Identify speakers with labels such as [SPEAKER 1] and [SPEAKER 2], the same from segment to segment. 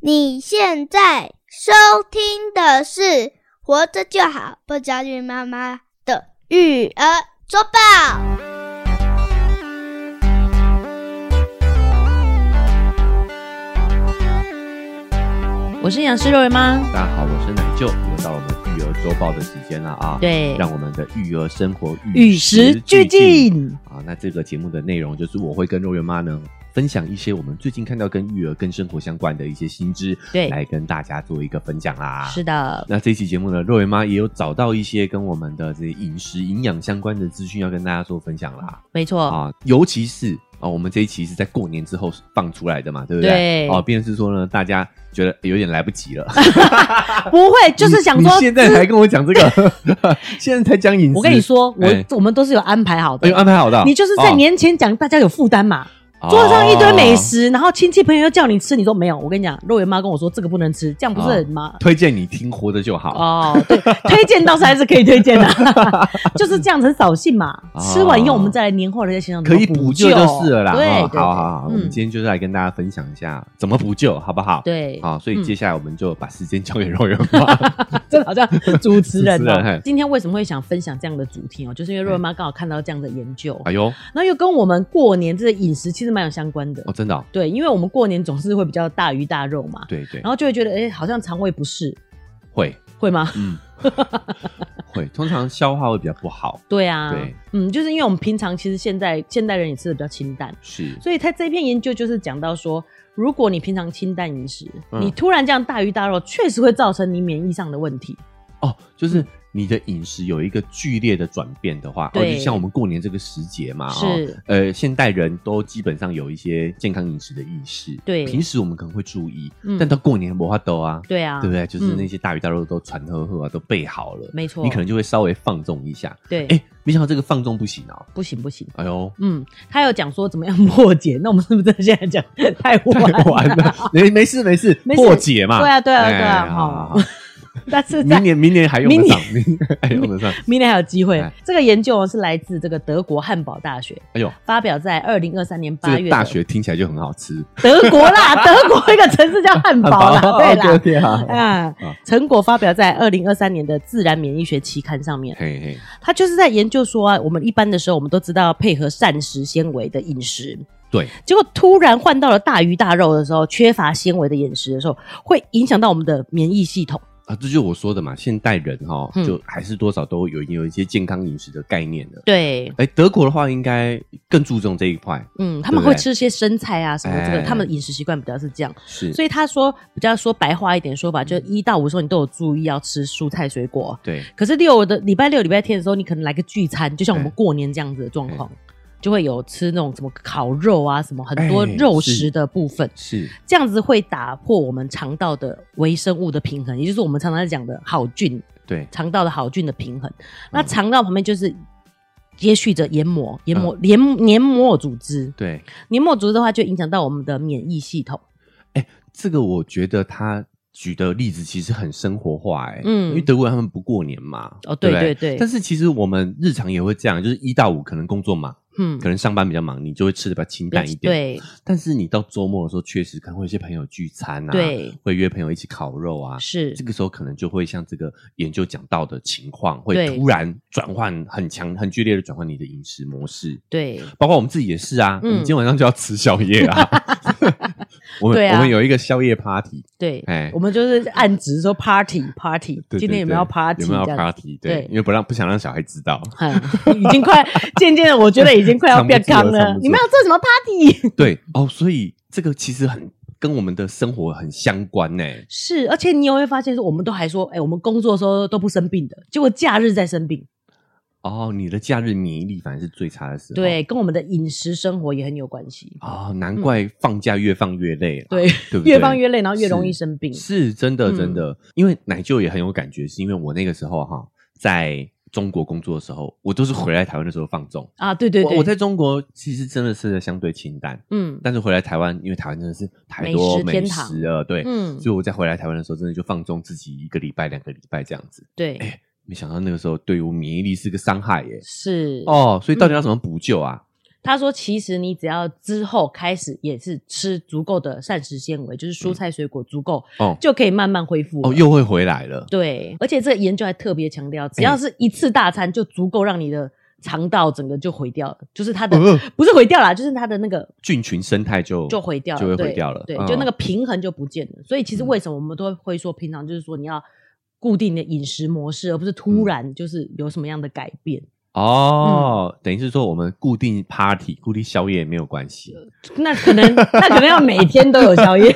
[SPEAKER 1] 你现在收听的是《活着就好》，不焦虑妈妈的育儿周报。
[SPEAKER 2] 我是杨师肉圆妈。
[SPEAKER 3] 大家好，我是奶舅，又到了我们育儿周报的时间了啊！
[SPEAKER 2] 对，
[SPEAKER 3] 让我们的育儿生活
[SPEAKER 2] 与时俱进。
[SPEAKER 3] 啊！那这个节目的内容就是我会跟肉圆妈呢分享一些我们最近看到跟育儿、跟生活相关的一些新知，
[SPEAKER 2] 对
[SPEAKER 3] 来跟大家做一个分享啦。
[SPEAKER 2] 是的，
[SPEAKER 3] 那这一期节目呢，肉圆妈也有找到一些跟我们的这些饮食营养相关的资讯要跟大家做分享啦。
[SPEAKER 2] 没错，
[SPEAKER 3] 啊，尤其是啊，我们这一期是在过年之后放出来的嘛，对不
[SPEAKER 2] 对
[SPEAKER 3] 对？哦，便是说呢，大家觉得有点来不及了。
[SPEAKER 2] 不会，就是想说
[SPEAKER 3] 你，现在才跟我讲这个，现在才讲饮食。
[SPEAKER 2] 我跟你，说，我
[SPEAKER 3] 哎
[SPEAKER 2] 我们都是有安排好
[SPEAKER 3] 哎呦，安
[SPEAKER 2] 的。
[SPEAKER 3] 排好的啊，
[SPEAKER 2] 你就是在年前讲，大家有负担嘛？
[SPEAKER 3] 哦
[SPEAKER 2] 桌上一堆美，食，然后亲戚朋友要叫你吃，你说没有。我跟你讲，肉圆妈跟我说这个不能吃，这样不是很吗
[SPEAKER 3] 哦？推荐你听活着就好。
[SPEAKER 2] 哦，对，推荐倒是还是可以推 荐的，就是这样子很扫兴嘛。
[SPEAKER 3] 哦
[SPEAKER 2] 吃完以后，我们再来年后的在线上
[SPEAKER 3] 可以补救就是了啦。
[SPEAKER 2] 对，
[SPEAKER 3] 哦
[SPEAKER 2] 对
[SPEAKER 3] 好好好，我
[SPEAKER 2] 嗯
[SPEAKER 3] 们今天就是来跟大家分享一下怎么补救，好不好？，
[SPEAKER 2] 对，
[SPEAKER 3] 好，所
[SPEAKER 2] 嗯
[SPEAKER 3] 以接下来我们就把时间交给肉圆 吧。
[SPEAKER 2] 这好像主持人
[SPEAKER 3] 主持
[SPEAKER 2] 哦、
[SPEAKER 3] 人嘿嗯
[SPEAKER 2] 今天为什么会想分享这样的主题哦？就是因为瑞文妈刚好看到这样的研究，
[SPEAKER 3] 哎呦，
[SPEAKER 2] 然后又跟我们过年这个饮食其实蛮有相关的
[SPEAKER 3] 哦，。真的哦，
[SPEAKER 2] 对，因为我们过年总是会比较大鱼大肉嘛，
[SPEAKER 3] 对对
[SPEAKER 2] 然，后就会觉得哎、诶好像肠胃不适，
[SPEAKER 3] 会，
[SPEAKER 2] 会吗？
[SPEAKER 3] 嗯，会，通常消化会比较不好，
[SPEAKER 2] 对啊，
[SPEAKER 3] 对
[SPEAKER 2] 嗯，就是因为我们平常其实现在现代人也吃的比较清淡，
[SPEAKER 3] 是
[SPEAKER 2] 所以他这篇研究就是讲到说，如果你平常清淡饮食，
[SPEAKER 3] 嗯
[SPEAKER 2] 你突然这样大鱼大肉，确实会造成你免疫上的问题。
[SPEAKER 3] 哦，就是你的饮食有一个剧烈的转变的话，哦，
[SPEAKER 2] 对
[SPEAKER 3] 就像我们过年这个时节嘛，
[SPEAKER 2] 是
[SPEAKER 3] 哦，呃，现代人都基本上有一些健康饮食的意识，
[SPEAKER 2] 对
[SPEAKER 3] 平时我们可能会注意，
[SPEAKER 2] 嗯
[SPEAKER 3] 但到过年没法都啊，
[SPEAKER 2] 对啊，
[SPEAKER 3] 对不对？就是那
[SPEAKER 2] 嗯
[SPEAKER 3] 些大鱼大肉都传呵呵啊，都备好了，
[SPEAKER 2] 没错
[SPEAKER 3] 你可能就会稍微放纵一下，
[SPEAKER 2] 对，
[SPEAKER 3] 哎，没想到这个放纵不行哦，
[SPEAKER 2] 不行不行。
[SPEAKER 3] 哎 呦。
[SPEAKER 2] 嗯，他有讲说怎么样破解， 那我们是不是真的现在讲太晚 了？
[SPEAKER 3] 太晚了，没没事没事
[SPEAKER 2] 没，事
[SPEAKER 3] 破解嘛。
[SPEAKER 2] 对啊对啊对啊
[SPEAKER 3] 哎
[SPEAKER 2] 好
[SPEAKER 3] 好好好
[SPEAKER 2] 但是在
[SPEAKER 3] 明年明年还用得上，
[SPEAKER 2] 明
[SPEAKER 3] 明年还用 得上。
[SPEAKER 2] 明年还有机会
[SPEAKER 3] 哎。
[SPEAKER 2] 这个研究哦是来自这个德国汉堡大学，
[SPEAKER 3] 哎呦，
[SPEAKER 2] 发表在二零二三年
[SPEAKER 3] 这
[SPEAKER 2] 八月
[SPEAKER 3] 个
[SPEAKER 2] 的。
[SPEAKER 3] 大学听起来就很好吃。
[SPEAKER 2] 德国 啦，德国一个城市叫汉堡啦，对啦。
[SPEAKER 3] 对啦
[SPEAKER 2] 啊
[SPEAKER 3] 啊，
[SPEAKER 2] 成果发表在二零二三年的《自然免疫学》期刊上面。
[SPEAKER 3] 嘿嘿，
[SPEAKER 2] 他就是在研究说啊，我们一般的时候，我们都知道要配合膳食纤维的饮食，
[SPEAKER 3] 对，
[SPEAKER 2] 结果突然换到了大鱼大肉的时候，缺乏纤维的饮食的时候，会影响到我们的免疫系统。
[SPEAKER 3] 啊，这就是我说的嘛，现代人哈、
[SPEAKER 2] 嗯
[SPEAKER 3] 就还是多少都有有一些健康饮食的概念的。
[SPEAKER 2] 对，
[SPEAKER 3] 哎，德国的话应该更注重这一块，
[SPEAKER 2] 嗯，他们
[SPEAKER 3] 对不
[SPEAKER 2] 会
[SPEAKER 3] 对
[SPEAKER 2] 吃些生菜啊什么这个，
[SPEAKER 3] 哎
[SPEAKER 2] 他们饮食习惯比较是这样。
[SPEAKER 3] 是，嗯
[SPEAKER 2] 所以他说比较说白话一点说法，就一到五的时候你都有注意要吃蔬菜水果。
[SPEAKER 3] 对，
[SPEAKER 2] 可是六的礼拜六、礼拜天的时候，你可能来个聚餐，就像我们
[SPEAKER 3] 哎
[SPEAKER 2] 过年这样子的状况，就会有吃那种什么烤肉啊，什么很多
[SPEAKER 3] 哎
[SPEAKER 2] 肉
[SPEAKER 3] 是
[SPEAKER 2] 食的部分，
[SPEAKER 3] 是
[SPEAKER 2] 这样子会打破我们肠道的微生物的平衡，也就是我们常常在讲的好菌，
[SPEAKER 3] 对，
[SPEAKER 2] 肠道的好菌的平衡。
[SPEAKER 3] 嗯
[SPEAKER 2] 那肠道旁边就是接续着黏膜，黏
[SPEAKER 3] 嗯
[SPEAKER 2] 膜黏黏膜组织，
[SPEAKER 3] 对，
[SPEAKER 2] 黏膜组织的话就影响到我们的免疫系统。
[SPEAKER 3] 这个我觉得他举的例子其实很生活化、哎，
[SPEAKER 2] 嗯
[SPEAKER 3] 因为德国人他们不过年嘛，
[SPEAKER 2] 哦
[SPEAKER 3] 对不
[SPEAKER 2] 对对对
[SPEAKER 3] 但是其实我们日常也会这样，就是一到五可能工作忙，
[SPEAKER 2] 嗯，
[SPEAKER 3] 可能上班比较忙，你就会吃的比较清淡一点，
[SPEAKER 2] 对
[SPEAKER 3] 但是你到周末的时候，确实可能会有一些朋友聚餐啊，
[SPEAKER 2] 对，
[SPEAKER 3] 会约朋友一起烤肉啊，
[SPEAKER 2] 是
[SPEAKER 3] 这个时候可能就会像这个研究讲到的情况，会
[SPEAKER 2] 对
[SPEAKER 3] 突然转换很强、很剧烈的转换你的饮食模式，
[SPEAKER 2] 对
[SPEAKER 3] 包括我们自己也是啊，
[SPEAKER 2] 嗯
[SPEAKER 3] 我们今天晚上就要吃宵 夜啊。我
[SPEAKER 2] 对
[SPEAKER 3] 们、
[SPEAKER 2] 啊
[SPEAKER 3] 我们有一个宵夜 party，
[SPEAKER 2] 对
[SPEAKER 3] 哎，
[SPEAKER 2] 我们就是暗指说 party party，
[SPEAKER 3] 对
[SPEAKER 2] 今
[SPEAKER 3] 对
[SPEAKER 2] 天有没
[SPEAKER 3] 对
[SPEAKER 2] 有 party？
[SPEAKER 3] 有没有
[SPEAKER 2] 这样
[SPEAKER 3] party？
[SPEAKER 2] 对
[SPEAKER 3] 对，因为不让不想让小孩知 道。
[SPEAKER 2] 嗯，已经快 渐渐的，我觉得已经快要变康
[SPEAKER 3] 藏不住了藏
[SPEAKER 2] 了
[SPEAKER 3] 不。住
[SPEAKER 2] 你们要做什么 party？
[SPEAKER 3] 对哦，所以这个其实很跟我们的生活很相关呢、
[SPEAKER 2] 是，而且你也会发现说，我们都还说，哎、我们工作的时候都不生病的，结果假日在生病。
[SPEAKER 3] 哦，你的假日免疫力反而是哦最差的时候。
[SPEAKER 2] 对，跟我们的饮食生活也很有关系。
[SPEAKER 3] 哦，难怪放假越放越累啦、
[SPEAKER 2] 对，
[SPEAKER 3] 对不对
[SPEAKER 2] 越放越累，然后越容易生病。
[SPEAKER 3] 是真的
[SPEAKER 2] 嗯
[SPEAKER 3] 真的，因为奶舅也很有感觉，是因为我那个时候哈，在中国工作的时候，我都是回来台湾的时候放纵。
[SPEAKER 2] 啊，对对对，
[SPEAKER 3] 我我在中国其实真的吃的相对清淡，
[SPEAKER 2] 嗯
[SPEAKER 3] 但是回来台湾，因为台湾真的是太多
[SPEAKER 2] 美食天
[SPEAKER 3] 美
[SPEAKER 2] 堂
[SPEAKER 3] 食了，对，
[SPEAKER 2] 嗯，
[SPEAKER 3] 所以我在回来台湾的时候，真的就放纵自己一个礼拜、两个礼拜这样子。
[SPEAKER 2] 对，
[SPEAKER 3] 哎没想到那个时候对于我免疫力是个伤害耶。
[SPEAKER 2] 是。
[SPEAKER 3] 哦，所以到底要怎么补救啊？
[SPEAKER 2] 他说，其实你只要之后开始也是吃足够的膳食纤维，就是蔬菜水果足够，
[SPEAKER 3] 嗯哦
[SPEAKER 2] 就可以慢慢恢复了。
[SPEAKER 3] 哦，又会回来了。
[SPEAKER 2] 对，而且这个研究还特别强调，
[SPEAKER 3] 哎
[SPEAKER 2] 只要是一次大餐就足够让你的肠道整个就毁掉了，就是它的、
[SPEAKER 3] 呃
[SPEAKER 2] 不是毁掉啦，就是它的那个
[SPEAKER 3] 菌群生态就
[SPEAKER 2] 就毁掉了，
[SPEAKER 3] 哦就会毁
[SPEAKER 2] 对
[SPEAKER 3] 掉了。
[SPEAKER 2] 对，
[SPEAKER 3] 嗯
[SPEAKER 2] 就那个平衡就不见了。所以其实
[SPEAKER 3] 嗯
[SPEAKER 2] 为什么我们都会说，平常就是说你要固定的饮食模式，而不是
[SPEAKER 3] 嗯
[SPEAKER 2] 突然就是有什么样的改变。
[SPEAKER 3] 哦，等于是说我们固定 party、固定宵夜没有关系，
[SPEAKER 2] 那可 能那可能要每天都有宵夜，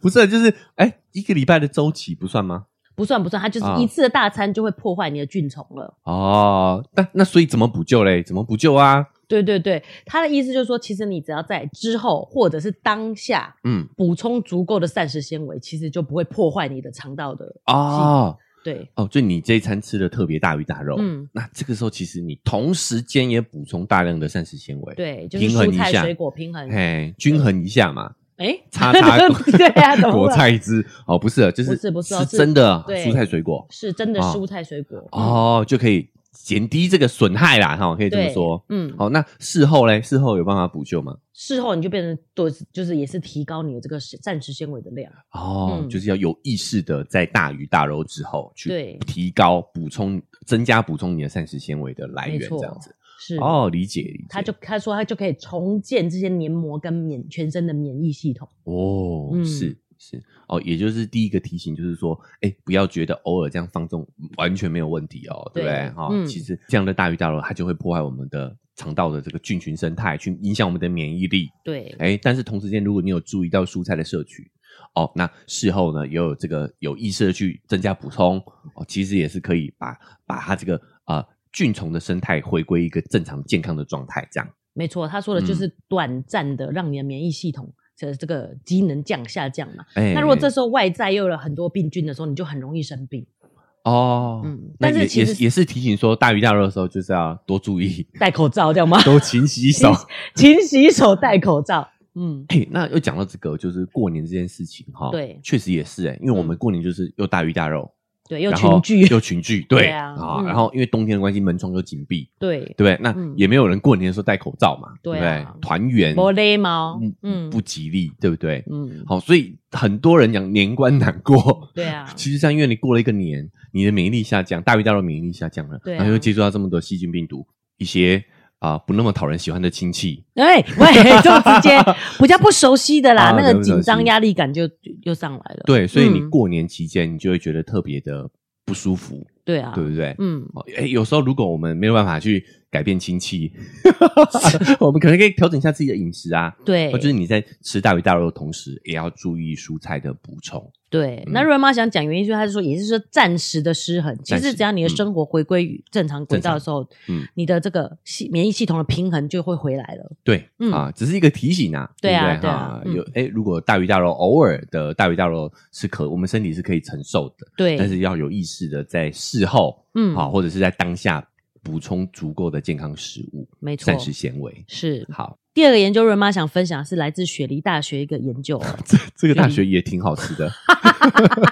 [SPEAKER 3] 不是？就是哎，一个礼拜的周期不算吗？
[SPEAKER 2] 不算不算，它
[SPEAKER 3] 啊
[SPEAKER 2] 就是一次的大餐就会破坏你的菌虫了。
[SPEAKER 3] 哦，那那所以怎么补救嘞？怎么补救啊？
[SPEAKER 2] 对对对，他的意思就是说，其实你只要在之后或者是当下，
[SPEAKER 3] 嗯，
[SPEAKER 2] 补充足够的膳食纤维，其实就不会破坏你的肠道的。
[SPEAKER 3] 哦
[SPEAKER 2] 对，
[SPEAKER 3] 哦，就你这一餐吃的特别大鱼大肉，
[SPEAKER 2] 嗯，
[SPEAKER 3] 那这个时候其实你同时间也补充大量的膳食纤维，，
[SPEAKER 2] 对，就是
[SPEAKER 3] 平衡
[SPEAKER 2] 蔬
[SPEAKER 3] 一
[SPEAKER 2] 菜
[SPEAKER 3] 下
[SPEAKER 2] 水果平衡。
[SPEAKER 3] 嘿，均衡一下 嘛，
[SPEAKER 2] 哎，
[SPEAKER 3] 叉叉
[SPEAKER 2] 对啊，怎么
[SPEAKER 3] 果
[SPEAKER 2] 了
[SPEAKER 3] 菜汁哦，不是啊，就
[SPEAKER 2] 不
[SPEAKER 3] 是
[SPEAKER 2] 是不是哦是
[SPEAKER 3] 真的啊
[SPEAKER 2] 对
[SPEAKER 3] 蔬菜水果
[SPEAKER 2] 是真的
[SPEAKER 3] 哦
[SPEAKER 2] 蔬菜水果。
[SPEAKER 3] 哦，就可以减低这个损害啦，哈，可以
[SPEAKER 2] 嗯，
[SPEAKER 3] 这么
[SPEAKER 2] 对
[SPEAKER 3] 说。哦
[SPEAKER 2] 嗯，
[SPEAKER 3] 好，那事后嘞，事后有办法补救吗？
[SPEAKER 2] 事后你就变成多，就是也是提高你的这个膳食纤维的量。
[SPEAKER 3] 哦，
[SPEAKER 2] 嗯
[SPEAKER 3] 就是要有意识的在大鱼大肉之后去
[SPEAKER 2] 对
[SPEAKER 3] 提高补充、增加补充你的膳食纤维的来
[SPEAKER 2] 没
[SPEAKER 3] 源，
[SPEAKER 2] 错
[SPEAKER 3] 这样子。
[SPEAKER 2] 是，
[SPEAKER 3] 哦，理解理解。
[SPEAKER 2] 他就他说他就可以重建这些黏膜跟免全身的免疫系统。
[SPEAKER 3] 哦，
[SPEAKER 2] 嗯
[SPEAKER 3] 是是哦，也就是第一个提醒就是说，哎，不要觉得偶尔这样放纵完全没有问题哦，对不对
[SPEAKER 2] 对？
[SPEAKER 3] 哈、
[SPEAKER 2] 嗯
[SPEAKER 3] 其实这样的大鱼大肉它就会破坏我们的肠道的这个菌群生态，去影响我们的免疫力。
[SPEAKER 2] 对，
[SPEAKER 3] 哎，但是同时间，如果你有注意到蔬菜的摄取，哦，那事后呢也有这个有意识的去增加补充，哦，其实也是可以把把它这个啊、呃菌虫的生态回归一个正常健康的状态，这样。
[SPEAKER 2] 没错，他说
[SPEAKER 3] 嗯
[SPEAKER 2] 的就是短暂的让你的免疫系统的这个机能降下降嘛。
[SPEAKER 3] 哎，
[SPEAKER 2] 那如果这时候外在又有很多病菌的时候，你就很容易生病。
[SPEAKER 3] 哦，
[SPEAKER 2] 嗯
[SPEAKER 3] 那
[SPEAKER 2] 但是
[SPEAKER 3] 也
[SPEAKER 2] 其
[SPEAKER 3] 也
[SPEAKER 2] 实
[SPEAKER 3] 是也是提醒说，大鱼大肉的时候就是要多 注意，
[SPEAKER 2] 戴口罩这样吗？
[SPEAKER 3] 多勤 洗手。
[SPEAKER 2] 勤洗手，戴口罩。嗯，
[SPEAKER 3] 嘿，那又讲到这个，就是过年这件事情哈，
[SPEAKER 2] 对
[SPEAKER 3] 确实也是哎、因为我们过年就是又大鱼大肉，
[SPEAKER 2] 对，又
[SPEAKER 3] 然
[SPEAKER 2] 群
[SPEAKER 3] 后
[SPEAKER 2] 聚，
[SPEAKER 3] 又群聚，对
[SPEAKER 2] 对啊嗯
[SPEAKER 3] 然后因为冬天的关系，门窗又紧闭，
[SPEAKER 2] 对，
[SPEAKER 3] 对不对？那
[SPEAKER 2] 嗯
[SPEAKER 3] 也没有人过年的时候戴口罩嘛，
[SPEAKER 2] 对
[SPEAKER 3] 对
[SPEAKER 2] 啊
[SPEAKER 3] 不对？团圆，
[SPEAKER 2] 没勒毛
[SPEAKER 3] 嗯，嗯，
[SPEAKER 2] 嗯
[SPEAKER 3] 不吉利，对不对？
[SPEAKER 2] 嗯，
[SPEAKER 3] 好，所以很多人讲年关难过，
[SPEAKER 2] 对啊，
[SPEAKER 3] 其实像因为你过了一个年，你的免疫力下降，大鱼大肉免疫力下降了，
[SPEAKER 2] 对啊
[SPEAKER 3] 然后又接触到这么多细菌、病毒，一些啊、不那么讨人喜欢的亲戚，
[SPEAKER 2] 哎喂，这么直 接，比较不熟悉的啦那
[SPEAKER 3] 啊，比较
[SPEAKER 2] 个
[SPEAKER 3] 不熟
[SPEAKER 2] 紧张
[SPEAKER 3] 悉
[SPEAKER 2] 压力感就又上来了。
[SPEAKER 3] 对，所以你
[SPEAKER 2] 嗯
[SPEAKER 3] 过年期间你就会觉得特别的不舒服，
[SPEAKER 2] 对啊
[SPEAKER 3] 对，不对？
[SPEAKER 2] 嗯，
[SPEAKER 3] 哦，哎，有时候如果我们没有办法去改变 亲戚， 我们可能可以调整一下自己的饮食啊。
[SPEAKER 2] 对
[SPEAKER 3] 或，就是你在吃大鱼大肉的同时，也要注意蔬菜的补充。
[SPEAKER 2] 对，
[SPEAKER 3] 嗯
[SPEAKER 2] 那瑞妈想讲原因，就是她说，也就是说暂时的失衡。其
[SPEAKER 3] 暂时
[SPEAKER 2] 实只要你的
[SPEAKER 3] 嗯
[SPEAKER 2] 生活回归于正常轨道的时候，
[SPEAKER 3] 嗯
[SPEAKER 2] 你的这个系免疫系统的平衡就会回来了。
[SPEAKER 3] 对，
[SPEAKER 2] 嗯
[SPEAKER 3] 啊，只是一个提醒啊，
[SPEAKER 2] 对啊
[SPEAKER 3] 不
[SPEAKER 2] 对
[SPEAKER 3] 对
[SPEAKER 2] 啊嗯
[SPEAKER 3] 有哎，如果大鱼大肉偶尔的大鱼大肉是可，我们身体是可以承受的，
[SPEAKER 2] 对，
[SPEAKER 3] 但是要有意识的在事后，
[SPEAKER 2] 嗯
[SPEAKER 3] 好、或者是在当下补充足够的健康食物，
[SPEAKER 2] 没错
[SPEAKER 3] 膳食纤维。
[SPEAKER 2] 是
[SPEAKER 3] 好，
[SPEAKER 2] 第二个研究，瑞妈想分享的是来自雪梨大学一个研 究哦。
[SPEAKER 3] 这这个大学也挺好吃的，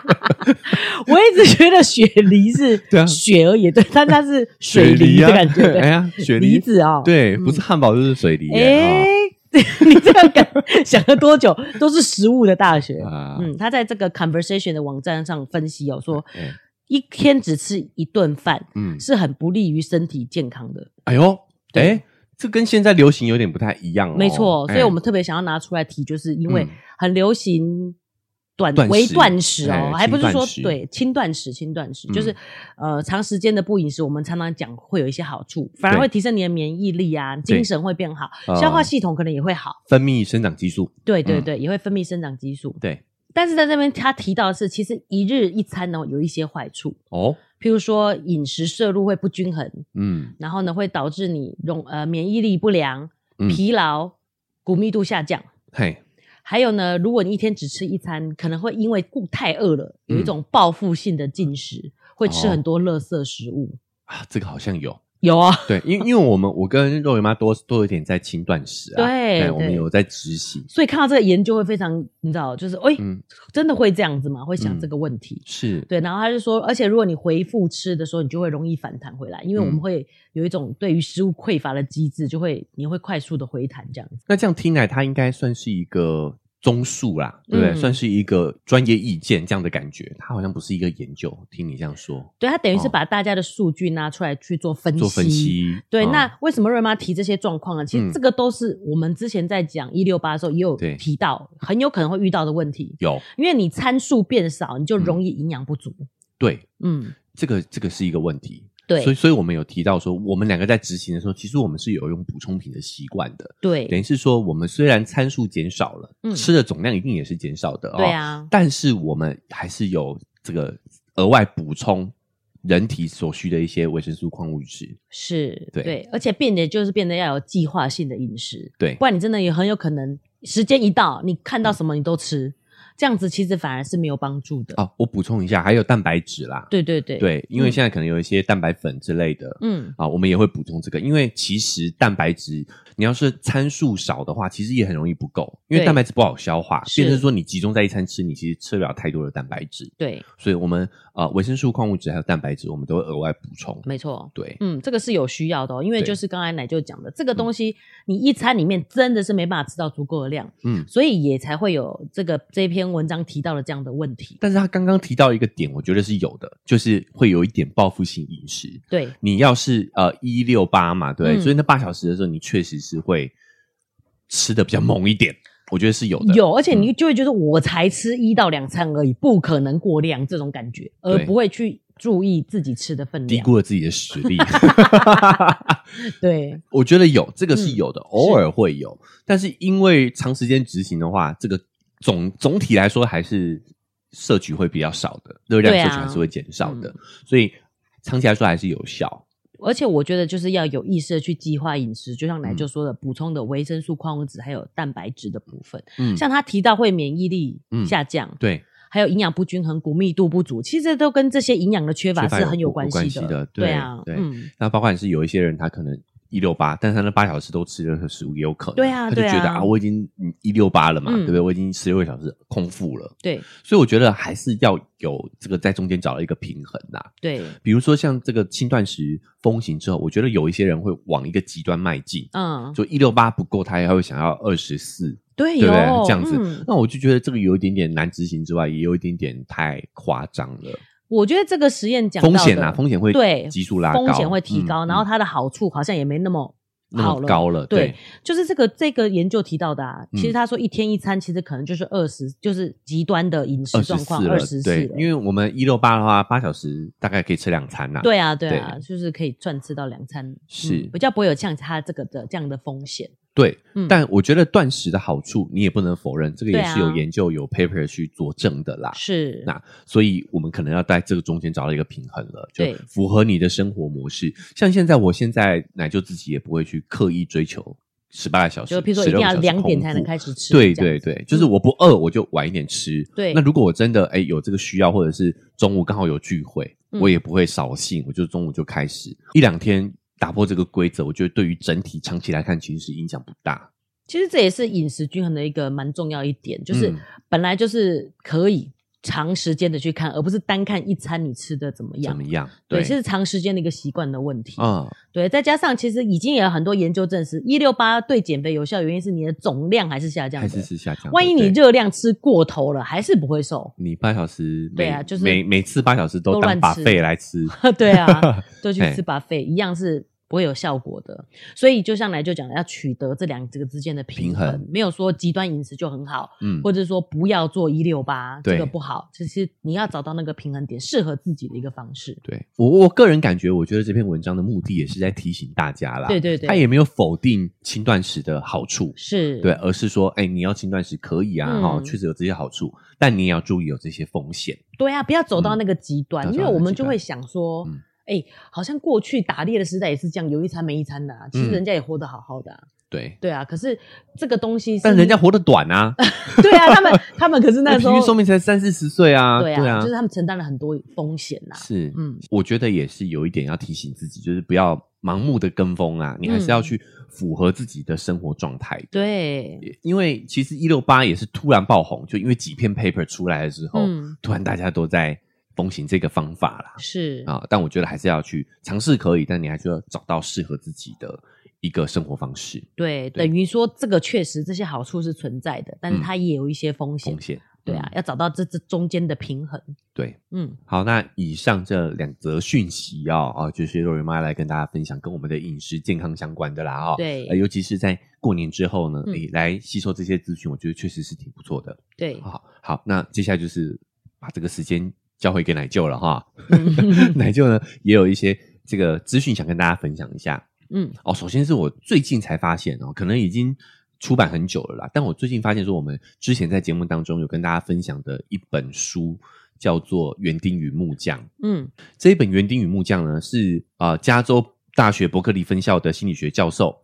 [SPEAKER 2] 我一直觉得雪梨是
[SPEAKER 3] 对啊
[SPEAKER 2] 雪而已，对，但它是水
[SPEAKER 3] 梨
[SPEAKER 2] 梨
[SPEAKER 3] 啊
[SPEAKER 2] 的感觉，对
[SPEAKER 3] 哎呀，雪梨
[SPEAKER 2] 梨子哦，，
[SPEAKER 3] 对，
[SPEAKER 2] 嗯
[SPEAKER 3] 不是汉堡就是水梨啊
[SPEAKER 2] 哎
[SPEAKER 3] 耶。。
[SPEAKER 2] 你这样感想了多久？都是食物的大学
[SPEAKER 3] 啊啊，
[SPEAKER 2] 嗯，他在这个 conversation 的网站上分析哦，说
[SPEAKER 3] 哎
[SPEAKER 2] 一天只吃一顿饭
[SPEAKER 3] 嗯，
[SPEAKER 2] 是很不利于身体健康的，
[SPEAKER 3] 哎呦，
[SPEAKER 2] 对
[SPEAKER 3] 哎，这跟现在流行有点不太一样哦。
[SPEAKER 2] 没错。所以
[SPEAKER 3] 哎
[SPEAKER 2] 我们特别想要拿出来提，就是因为
[SPEAKER 3] 嗯
[SPEAKER 2] 很流行短
[SPEAKER 3] 断食
[SPEAKER 2] 微断食哦
[SPEAKER 3] 哎，
[SPEAKER 2] 还不是说
[SPEAKER 3] 轻断食
[SPEAKER 2] 对轻断食，轻断食
[SPEAKER 3] 嗯
[SPEAKER 2] 就是呃长时间的不饮食，我们常常讲会有一些好处，反而
[SPEAKER 3] 对
[SPEAKER 2] 会提升你的免疫力啊，精神会变好，
[SPEAKER 3] 啊
[SPEAKER 2] 消化系统可能也会好，
[SPEAKER 3] 分泌生长激素，
[SPEAKER 2] 对对
[SPEAKER 3] 嗯
[SPEAKER 2] 对，也会分泌生长激素。
[SPEAKER 3] 对
[SPEAKER 2] 但是在这边他提到的是，其实一日一餐呢有一些坏处，
[SPEAKER 3] 哦，
[SPEAKER 2] 譬如说饮食摄入会不均衡，
[SPEAKER 3] 嗯
[SPEAKER 2] 然后呢会导致你容呃免疫力不良、
[SPEAKER 3] 嗯，
[SPEAKER 2] 疲劳、骨密度下降。
[SPEAKER 3] 嘿，
[SPEAKER 2] 还有呢，如果你一天只吃一餐，可能会因为顾太饿了，有一种报复性的进食，会吃
[SPEAKER 3] 嗯哦
[SPEAKER 2] 很多垃圾食物。
[SPEAKER 3] 啊，这个好像有，
[SPEAKER 2] 有啊，
[SPEAKER 3] 对，因因为我们我跟肉圆妈多多有点在轻断食啊，
[SPEAKER 2] 对对
[SPEAKER 3] 我们有在执行，
[SPEAKER 2] 所以看到这个研究会非常，你知道，就是哎、诶
[SPEAKER 3] 嗯，
[SPEAKER 2] 真的会这样子吗？会想
[SPEAKER 3] 嗯
[SPEAKER 2] 这个问题。
[SPEAKER 3] 是，
[SPEAKER 2] 对，然后他就说，而且如果你回复吃的时候，你就会容易反弹回来，因为我们
[SPEAKER 3] 嗯
[SPEAKER 2] 会有一种对于食物匮乏的机制，就会你会快速的回弹这样子。
[SPEAKER 3] 那这样听来，它应该算是一个综述啦，对不对？
[SPEAKER 2] 嗯
[SPEAKER 3] 算是一个专业意见这样的感觉，它好像不是一个研究。听你这样说，
[SPEAKER 2] 对，他等于是
[SPEAKER 3] 哦
[SPEAKER 2] 把大家的数据拿出来去做分析。
[SPEAKER 3] 做分析，
[SPEAKER 2] 对，
[SPEAKER 3] 嗯
[SPEAKER 2] 那为什么瑞妈提这些状况啊呢？其实
[SPEAKER 3] 嗯
[SPEAKER 2] 这个都是我们之前在讲一六八的时候也有
[SPEAKER 3] 对
[SPEAKER 2] 提到，很有可能会遇到的问题，
[SPEAKER 3] 有
[SPEAKER 2] 因为你参数变少，你就
[SPEAKER 3] 嗯
[SPEAKER 2] 容易营养不足。
[SPEAKER 3] 对
[SPEAKER 2] 嗯，
[SPEAKER 3] 这个这个是一个问题。所以，
[SPEAKER 2] 对
[SPEAKER 3] 所以我们有提到说，我们两个在执行的时候，其实我们是有用补充品的习惯的。等
[SPEAKER 2] 对
[SPEAKER 3] 于是说，我们虽然参数减少了，
[SPEAKER 2] 嗯
[SPEAKER 3] 吃的总量一定也是减少的哦。
[SPEAKER 2] 对啊，
[SPEAKER 3] 但是我们还是有这个额外补充人体所需的一些维生素、矿物质。
[SPEAKER 2] 是，
[SPEAKER 3] 对
[SPEAKER 2] 对，而且变得就是变得要有计划性的饮食，
[SPEAKER 3] 对嗯
[SPEAKER 2] 不然你真的也很有可能时间一到，你看到什么你都吃，这样子其实反而是没有帮助的。
[SPEAKER 3] 哦，我补充一下，还有蛋白质啦。
[SPEAKER 2] 对对对，
[SPEAKER 3] 对，因为
[SPEAKER 2] 嗯
[SPEAKER 3] 现在可能有一些蛋白粉之类的，
[SPEAKER 2] 嗯，
[SPEAKER 3] 啊，我们也会补充这个，因为其实蛋白质你要是参数少的话，其实也很容易不够，因为
[SPEAKER 2] 对
[SPEAKER 3] 蛋白质不好消化，
[SPEAKER 2] 是
[SPEAKER 3] 变成说你集中在一餐吃，你其实吃不了太多的蛋白质，
[SPEAKER 2] 对，
[SPEAKER 3] 所以我们啊维生素、矿物质还有蛋白质，我们都会额外补充。
[SPEAKER 2] 没错。
[SPEAKER 3] 对，
[SPEAKER 2] 嗯，这个是有需要的、哦，因为
[SPEAKER 3] 对嗯
[SPEAKER 2] 就是刚才奶就讲的，这个东西你一餐里面真的是没办法吃到足够的量，
[SPEAKER 3] 嗯，
[SPEAKER 2] 所以也才会有这个这篇文章提到的这样的问题。
[SPEAKER 3] 但是他刚刚提到一个点，我觉得是有的，就是会有一点报复性饮食。
[SPEAKER 2] 对
[SPEAKER 3] 你要是呃一六八嘛，对，
[SPEAKER 2] 嗯
[SPEAKER 3] 所以那八小时的时候，你确实是会吃的比较猛一点，我觉得是有的。嗯
[SPEAKER 2] 有，而且你就会觉得我才吃一到两餐而已，不可能过量这种感觉，而
[SPEAKER 3] 对
[SPEAKER 2] 不会去注意自己吃的分
[SPEAKER 3] 低
[SPEAKER 2] 量。
[SPEAKER 3] 估了自己的实 力。
[SPEAKER 2] 对，
[SPEAKER 3] 我觉得有这个是
[SPEAKER 2] 嗯
[SPEAKER 3] 有的，偶尔会有，但是因为长时间执行的话，这个总总体来说还是摄取会比较少的，热量
[SPEAKER 2] 对啊嗯
[SPEAKER 3] 摄取还是会减少的，所以长期来说还是有效。
[SPEAKER 2] 而且我觉得就是要有意识的去计划饮食，就像
[SPEAKER 3] 嗯
[SPEAKER 2] 奶就说的，补充的维生素、矿物质还有蛋白质的部分。
[SPEAKER 3] 嗯，
[SPEAKER 2] 像他提到会免疫力
[SPEAKER 3] 嗯
[SPEAKER 2] 下降，
[SPEAKER 3] 对，
[SPEAKER 2] 还有营养不均衡、骨密度不足，其实都跟这些营养的缺乏
[SPEAKER 3] 缺乏
[SPEAKER 2] 是
[SPEAKER 3] 有
[SPEAKER 2] 很
[SPEAKER 3] 有
[SPEAKER 2] 关
[SPEAKER 3] 关
[SPEAKER 2] 系
[SPEAKER 3] 系的对
[SPEAKER 2] 对啊，
[SPEAKER 3] 对
[SPEAKER 2] 嗯，
[SPEAKER 3] 那包括是有一些人他可能。一六八，但是他那八小时都吃任何食物也有可能，
[SPEAKER 2] 对啊
[SPEAKER 3] 他就
[SPEAKER 2] 对啊
[SPEAKER 3] 觉得啊，我已经一六八了嘛，
[SPEAKER 2] 嗯
[SPEAKER 3] 对不对？我已经十六个小时空腹了，
[SPEAKER 2] 对
[SPEAKER 3] 所以我觉得还是要有这个在中间找到一个平衡啊呐、
[SPEAKER 2] 对，
[SPEAKER 3] 比如说像这个轻断食风行之后，我觉得有一些人会往一个极端迈进，
[SPEAKER 2] 嗯，
[SPEAKER 3] 就一六八不够，他也会想要二十四，
[SPEAKER 2] 对
[SPEAKER 3] 对
[SPEAKER 2] 有
[SPEAKER 3] 不对？这样子，
[SPEAKER 2] 嗯
[SPEAKER 3] 那我就觉得这个有一点点难执行之外，也有一点点太夸张了，
[SPEAKER 2] 我觉得这个实验讲到
[SPEAKER 3] 风
[SPEAKER 2] 的
[SPEAKER 3] 险啊，风险会
[SPEAKER 2] 对
[SPEAKER 3] 急速拉高，
[SPEAKER 2] 风险会提高，
[SPEAKER 3] 嗯
[SPEAKER 2] 然后
[SPEAKER 3] 嗯
[SPEAKER 2] 它的好处好像也没那么
[SPEAKER 3] 那
[SPEAKER 2] 好
[SPEAKER 3] 么
[SPEAKER 2] 了。
[SPEAKER 3] 高了，
[SPEAKER 2] 对
[SPEAKER 3] 对，
[SPEAKER 2] 就是这个这个研究提到的啊，
[SPEAKER 3] 嗯
[SPEAKER 2] 其实他说一天一餐，其实可能就是二十，就是极端的饮食
[SPEAKER 3] 二十
[SPEAKER 2] 状
[SPEAKER 3] 四
[SPEAKER 2] 况，
[SPEAKER 3] 了
[SPEAKER 2] 二十，四
[SPEAKER 3] 对，因为我们一六八的话，八小时大概可以吃两餐呐、，
[SPEAKER 2] 对啊，对啊，就是可以赚吃到两餐，
[SPEAKER 3] 是
[SPEAKER 2] 嗯比较不会有像他这个的这样的风险。
[SPEAKER 3] 对，
[SPEAKER 2] 嗯
[SPEAKER 3] 但我觉得断食的好处你也不能否认，这个也
[SPEAKER 2] 对啊
[SPEAKER 3] 是有研究有 paper 去佐证的啦，
[SPEAKER 2] 是，
[SPEAKER 3] 那所以我们可能要在这个中间找到一个平衡了，就
[SPEAKER 2] 对
[SPEAKER 3] 符合你的生活模式。像现在，我现在奶就自己也不会去刻意追求十八个小时，
[SPEAKER 2] 就譬如说一定要
[SPEAKER 3] 16个小时
[SPEAKER 2] 两点
[SPEAKER 3] 空
[SPEAKER 2] 才能
[SPEAKER 3] 腹
[SPEAKER 2] 开始吃，
[SPEAKER 3] 对
[SPEAKER 2] 这样
[SPEAKER 3] 对
[SPEAKER 2] 子嗯
[SPEAKER 3] 对，就是我不饿，我就晚一点吃。
[SPEAKER 2] 对
[SPEAKER 3] 那如果我真的哎有这个需要，或者是中午刚好有聚会，
[SPEAKER 2] 嗯
[SPEAKER 3] 我也不会扫兴，我就中午就开始一两天打破这个规则，我觉得对于整体长期来看其实是影响不大。
[SPEAKER 2] 其实这也是饮食均衡的一个蛮重要一点，就是
[SPEAKER 3] 嗯
[SPEAKER 2] 本来就是可以长时间的去看，而不是单看一餐你吃的怎么
[SPEAKER 3] 怎
[SPEAKER 2] 样
[SPEAKER 3] 么。样？
[SPEAKER 2] 对，是长时间的一个习惯的问题。
[SPEAKER 3] 啊，
[SPEAKER 2] 对，再加上其实已经也有很多研究证实，一六八对减肥有效，原因是你的总量还是下降
[SPEAKER 3] 还是
[SPEAKER 2] 的。
[SPEAKER 3] 是下降的。
[SPEAKER 2] 万一你
[SPEAKER 3] 对
[SPEAKER 2] 热量吃过头了，还是不会瘦。
[SPEAKER 3] 你八小时每
[SPEAKER 2] 对啊就是
[SPEAKER 3] 每每次八小时
[SPEAKER 2] 都
[SPEAKER 3] 都
[SPEAKER 2] 乱
[SPEAKER 3] 当
[SPEAKER 2] 吃
[SPEAKER 3] 把费 来吃，
[SPEAKER 2] 对啊， 就去
[SPEAKER 3] 嘿
[SPEAKER 2] 吃 buffet 一样是不会有效果的。所以就像来就讲的，要取得这两这个之间的平衡，
[SPEAKER 3] 平衡
[SPEAKER 2] 没有说极端饮食就很好，
[SPEAKER 3] 嗯，
[SPEAKER 2] 或者说不要做一六八，这
[SPEAKER 3] 对
[SPEAKER 2] 个不好。其实你要找到那个平衡点，适合自己的一个方式。
[SPEAKER 3] 对我我个人感觉，我觉得这篇文章的目的也是在提醒大家啦，
[SPEAKER 2] 对对对
[SPEAKER 3] 他也没有否定轻断食的好处，
[SPEAKER 2] 是，
[SPEAKER 3] 哎对，而是说，哎，你要轻断食可以啊，
[SPEAKER 2] 嗯
[SPEAKER 3] 哈、确实有这些好处，但你也要注意有这些风险，
[SPEAKER 2] 对啊，不要走到那个极端，
[SPEAKER 3] 嗯
[SPEAKER 2] 因为我们就会想说
[SPEAKER 3] 走到那个极端，嗯嗯
[SPEAKER 2] 哎、好像过去打猎的时代也是这样，有一餐没一餐的、啊，其实人家也活得好好的、啊
[SPEAKER 3] 对，
[SPEAKER 2] 对啊，可是这个东西是，
[SPEAKER 3] 但人家活哎得短啊，
[SPEAKER 2] 对啊，他们他们可是那时
[SPEAKER 3] 平
[SPEAKER 2] 候
[SPEAKER 3] 均寿命才三四十岁啊，
[SPEAKER 2] 对
[SPEAKER 3] 对啊，
[SPEAKER 2] 就是他们承担了很多风险呐、
[SPEAKER 3] 是，
[SPEAKER 2] 嗯，
[SPEAKER 3] 我觉得也是有一点要提醒自己，就是不要盲目的跟风啊，你还
[SPEAKER 2] 嗯
[SPEAKER 3] 是要去符合自己的生活状态。
[SPEAKER 2] 对，
[SPEAKER 3] 也因为其实一六八也是突然爆红，就因为几篇 paper 出来了之后，
[SPEAKER 2] 嗯
[SPEAKER 3] 突然大家都在风行这个方法啦。
[SPEAKER 2] 是
[SPEAKER 3] 啊，但我觉得还是要去尝试可以，但你还是要找到适合自己的一个生活方式。
[SPEAKER 2] 对，
[SPEAKER 3] 对
[SPEAKER 2] 等于说这个确实这些好处是存在的，但是
[SPEAKER 3] 嗯
[SPEAKER 2] 它也有一些风险。
[SPEAKER 3] 风险，
[SPEAKER 2] 对啊，
[SPEAKER 3] 嗯
[SPEAKER 2] 要找到这这中间的平衡。
[SPEAKER 3] 对。
[SPEAKER 2] 嗯，
[SPEAKER 3] 好，那以上这两则讯息啊、啊、就是肉圆妈来跟大家分享跟我们的饮食健康相关的啦啊、哦。
[SPEAKER 2] 对
[SPEAKER 3] 呃尤其是在过年之后呢，
[SPEAKER 2] 嗯
[SPEAKER 3] 你、来吸收这些资讯，我觉得确实是挺不错的。
[SPEAKER 2] 对，
[SPEAKER 3] 好，好，那接下来就是把这个时间交回给奶舅 了哈。
[SPEAKER 2] 嗯
[SPEAKER 3] 奶舅呢也有一些这个资讯想跟大家分享一下。
[SPEAKER 2] 嗯
[SPEAKER 3] 哦，首先是我最近才发现哦，可能已经出版很久了啦，但我最近发现说，我们之前在节目当中有跟大家分享的一本书叫做《园丁与木匠》。
[SPEAKER 2] 嗯
[SPEAKER 3] 这一本《园丁与木匠》呢，是呃加州大学伯克利分校的心理学教授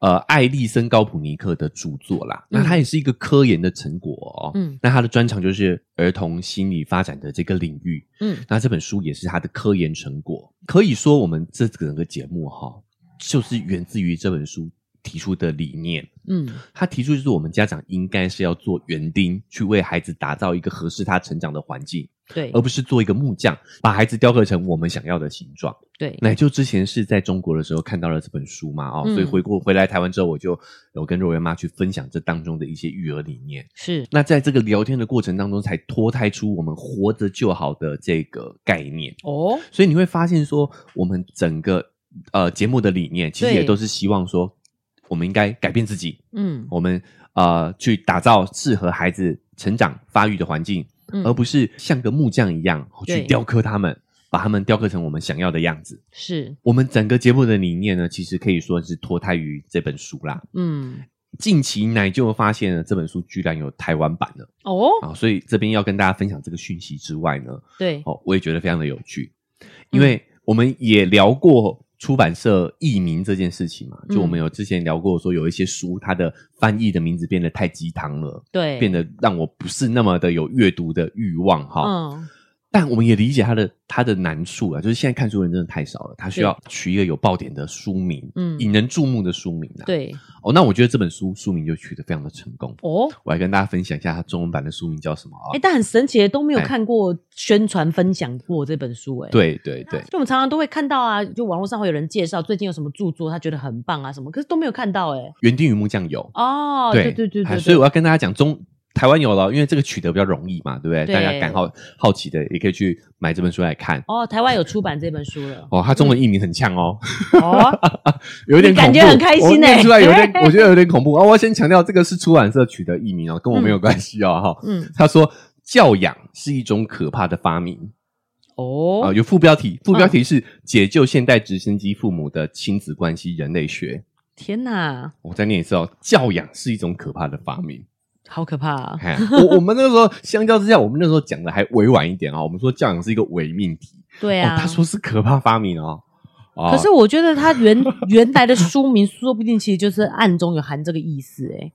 [SPEAKER 3] 呃艾利森高普尼克的著作啦。那它也是一个科研的成果哦。
[SPEAKER 2] 嗯
[SPEAKER 3] 那他的专长就是儿童心理发展的这个领域。
[SPEAKER 2] 嗯，
[SPEAKER 3] 那这本书也是他的科研成果，可以说我们这整个节目哈、就是源自于这本书提出的理念。
[SPEAKER 2] 嗯，
[SPEAKER 3] 他提出就是我们家长应该是要做园丁，去为孩子打造一个合适他成长的环境，
[SPEAKER 2] 对
[SPEAKER 3] 而不是做一个木匠，把孩子雕刻成我们想要的形状。
[SPEAKER 2] 对，
[SPEAKER 3] 奶舅之前是在中国的时候看到了这本书嘛，哦，
[SPEAKER 2] 嗯
[SPEAKER 3] 所以回过回来台湾之后，我就有跟若元妈去分享这当中的一些育儿理念。
[SPEAKER 2] 是
[SPEAKER 3] 那在这个聊天的过程当中，才脱胎出我们活着就好的这个概念。
[SPEAKER 2] 哦，
[SPEAKER 3] 所以你会发现说，我们整个呃节目的理念，其实
[SPEAKER 2] 对
[SPEAKER 3] 也都是希望说，我们应该改变自己，
[SPEAKER 2] 嗯
[SPEAKER 3] 我们呃去打造适合孩子成长发育的环境，
[SPEAKER 2] 嗯，
[SPEAKER 3] 而不是像个木匠一样
[SPEAKER 2] 对
[SPEAKER 3] 去雕刻他们，把他们雕刻成我们想要的样子。
[SPEAKER 2] 是
[SPEAKER 3] 我们整个节目的理念呢，其实可以说是脱胎于这本书啦。
[SPEAKER 2] 嗯
[SPEAKER 3] 近期奶就发现了这本书居然有台湾版了
[SPEAKER 2] 哦，
[SPEAKER 3] 啊，所以这边要跟大家分享这个讯息之外呢，
[SPEAKER 2] 对，
[SPEAKER 3] 哦，我也觉得非常的有趣，因
[SPEAKER 2] 嗯
[SPEAKER 3] 为我们也聊过出版社译名这件事情嘛，就
[SPEAKER 2] 嗯
[SPEAKER 3] 我们有之前聊过说有一些书它的翻译的名字变得太鸡汤了，
[SPEAKER 2] 对，
[SPEAKER 3] 变得让我不是那么的有阅读的欲望哈。
[SPEAKER 2] 嗯
[SPEAKER 3] 但我们也理解它的它的难处啊，就是现在看书的人真的太少了，他需要取一个有爆点的书名，
[SPEAKER 2] 嗯
[SPEAKER 3] 引人注目的书名啊。，
[SPEAKER 2] 对
[SPEAKER 3] 哦，那我觉得这本书书名就取得非常的成功。
[SPEAKER 2] 哦，
[SPEAKER 3] 我来跟大家分享一下它中文版的书名叫什么啊？
[SPEAKER 2] 哎，但很神奇，都没有
[SPEAKER 3] 哎
[SPEAKER 2] 看过宣传分享过这本书，哎，。
[SPEAKER 3] 对对对，
[SPEAKER 2] 就我们常常都会看到啊，就网络上会有人介绍最近有什么著作，他觉得很棒啊什么，可是都没有看到哎、
[SPEAKER 3] 园丁与木匠有
[SPEAKER 2] 哦，对
[SPEAKER 3] 对
[SPEAKER 2] 对对
[SPEAKER 3] 哎
[SPEAKER 2] 对，
[SPEAKER 3] 所以我要跟大家讲中。台湾有了，因为这个取得比较容易嘛，对不对？
[SPEAKER 2] 对
[SPEAKER 3] 大家感好好奇的，也可以去买这本书来看。，
[SPEAKER 2] 哦，台湾有出版这本书了
[SPEAKER 3] 哦，它中文译名很呛哦，
[SPEAKER 2] 哦，
[SPEAKER 3] 有
[SPEAKER 2] 嗯
[SPEAKER 3] 点
[SPEAKER 2] 你
[SPEAKER 3] 恐怖
[SPEAKER 2] 感觉很开心
[SPEAKER 3] 我念
[SPEAKER 2] 欸
[SPEAKER 3] 出来 有点，我觉得有点恐怖啊！我要先强调，这个是出版社取得译名哦，跟我没有关系哦，哈、
[SPEAKER 2] 嗯，
[SPEAKER 3] 他说，教养是一种可怕的发明啊、
[SPEAKER 2] 哦，
[SPEAKER 3] 有副标题，副标题是“解救现代直升机父母的亲子关系人类学
[SPEAKER 2] 天哪”。，
[SPEAKER 3] 我再念一次哦，教养是一种可怕的发明。
[SPEAKER 2] 好可怕、啊，
[SPEAKER 3] 哎，我我们那个时候相较之下，我们那时候讲的还委婉一点啊、我们说教养是一个伪命题。
[SPEAKER 2] 对啊，
[SPEAKER 3] 哦，他说是可怕发明哦。哦
[SPEAKER 2] 可是我觉得他原 原来的书名说不定其实就是暗中有含这个意思、欸，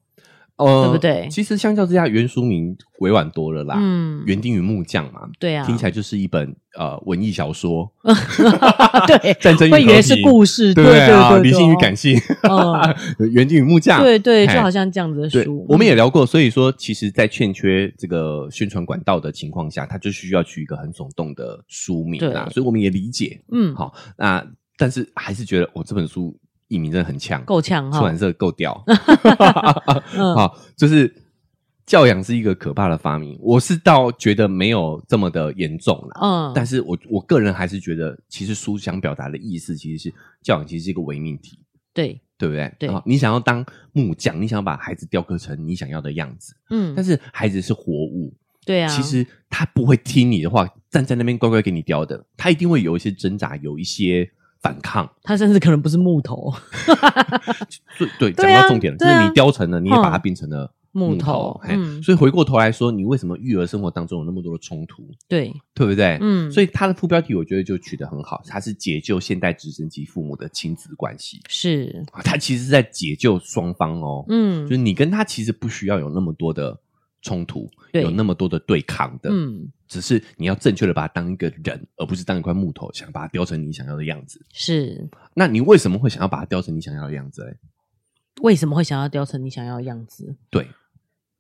[SPEAKER 3] 呃
[SPEAKER 2] 对不对
[SPEAKER 3] 其实相较之下，原书名委婉多了啦。
[SPEAKER 2] 嗯，
[SPEAKER 3] 园丁与木匠嘛，
[SPEAKER 2] 对啊，
[SPEAKER 3] 听起来就是一本呃文艺小说，
[SPEAKER 2] 对，
[SPEAKER 3] 战争与和
[SPEAKER 2] 会
[SPEAKER 3] 平，
[SPEAKER 2] 以为是故事，
[SPEAKER 3] 对
[SPEAKER 2] 对
[SPEAKER 3] 不
[SPEAKER 2] 对
[SPEAKER 3] 啊？
[SPEAKER 2] 对，
[SPEAKER 3] 理性与感性，
[SPEAKER 2] 哦，
[SPEAKER 3] 园丁与木匠，
[SPEAKER 2] 嗯对对，
[SPEAKER 3] 哎
[SPEAKER 2] 就好像这样子的
[SPEAKER 3] 对
[SPEAKER 2] 书，，嗯
[SPEAKER 3] 我们也聊过，所以说，其实，在欠缺这个宣传管道的情况下，他就需要取一个很耸动的书名啦，
[SPEAKER 2] 对
[SPEAKER 3] 所以我们也理解。
[SPEAKER 2] 嗯，
[SPEAKER 3] 好，那但是还是觉得我、哦这本书译名真的很强，
[SPEAKER 2] 够呛
[SPEAKER 3] 出
[SPEAKER 2] 哈
[SPEAKER 3] 版，社够屌。
[SPEAKER 2] 嗯
[SPEAKER 3] 好，就是教养是一个可怕的发明，我是倒觉得没有这么的严重啦。
[SPEAKER 2] 嗯，
[SPEAKER 3] 但是我我个人还是觉得，其实书想表达的意思其实是教养其实是一个伪命题，
[SPEAKER 2] 对，
[SPEAKER 3] 对不对？
[SPEAKER 2] 对
[SPEAKER 3] 啊你想要当木匠，你想要把孩子雕刻成你想要的样子，
[SPEAKER 2] 嗯
[SPEAKER 3] 但，是孩子是活物，
[SPEAKER 2] 对啊，
[SPEAKER 3] 其实他不会听你的话，站在那边乖乖给你雕的，他一定会有一些挣扎，有一些反抗。
[SPEAKER 2] 他甚至可能不是木头，
[SPEAKER 3] 对对，
[SPEAKER 2] 对
[SPEAKER 3] 讲
[SPEAKER 2] 啊
[SPEAKER 3] 到重点了，就
[SPEAKER 2] 对啊
[SPEAKER 3] 是你雕成了，你也把它
[SPEAKER 2] 嗯
[SPEAKER 3] 变成了
[SPEAKER 2] 木头，
[SPEAKER 3] 嘿
[SPEAKER 2] 嗯，
[SPEAKER 3] 所以回过头来说，你为什么育儿生活当中有那么多的冲突，
[SPEAKER 2] 对，
[SPEAKER 3] 对不对？
[SPEAKER 2] 嗯
[SPEAKER 3] 所以它的副标题我觉得就取得很好，它是解救现代直升机父母的亲子关系，
[SPEAKER 2] 是，
[SPEAKER 3] 啊它其实是在解救双方哦，
[SPEAKER 2] 嗯
[SPEAKER 3] 就是你跟他其实不需要有那么多的冲突，
[SPEAKER 2] 对
[SPEAKER 3] 有那么多的对抗的，
[SPEAKER 2] 嗯，
[SPEAKER 3] 只是你要正确的把它当一个人，而不是当一块木头，想把它雕成你想要的样子。
[SPEAKER 2] 是。
[SPEAKER 3] 那你为什么会想要把它雕成你想要的样子嘞？
[SPEAKER 2] 为什么会想要雕成你想要的样子？
[SPEAKER 3] 对，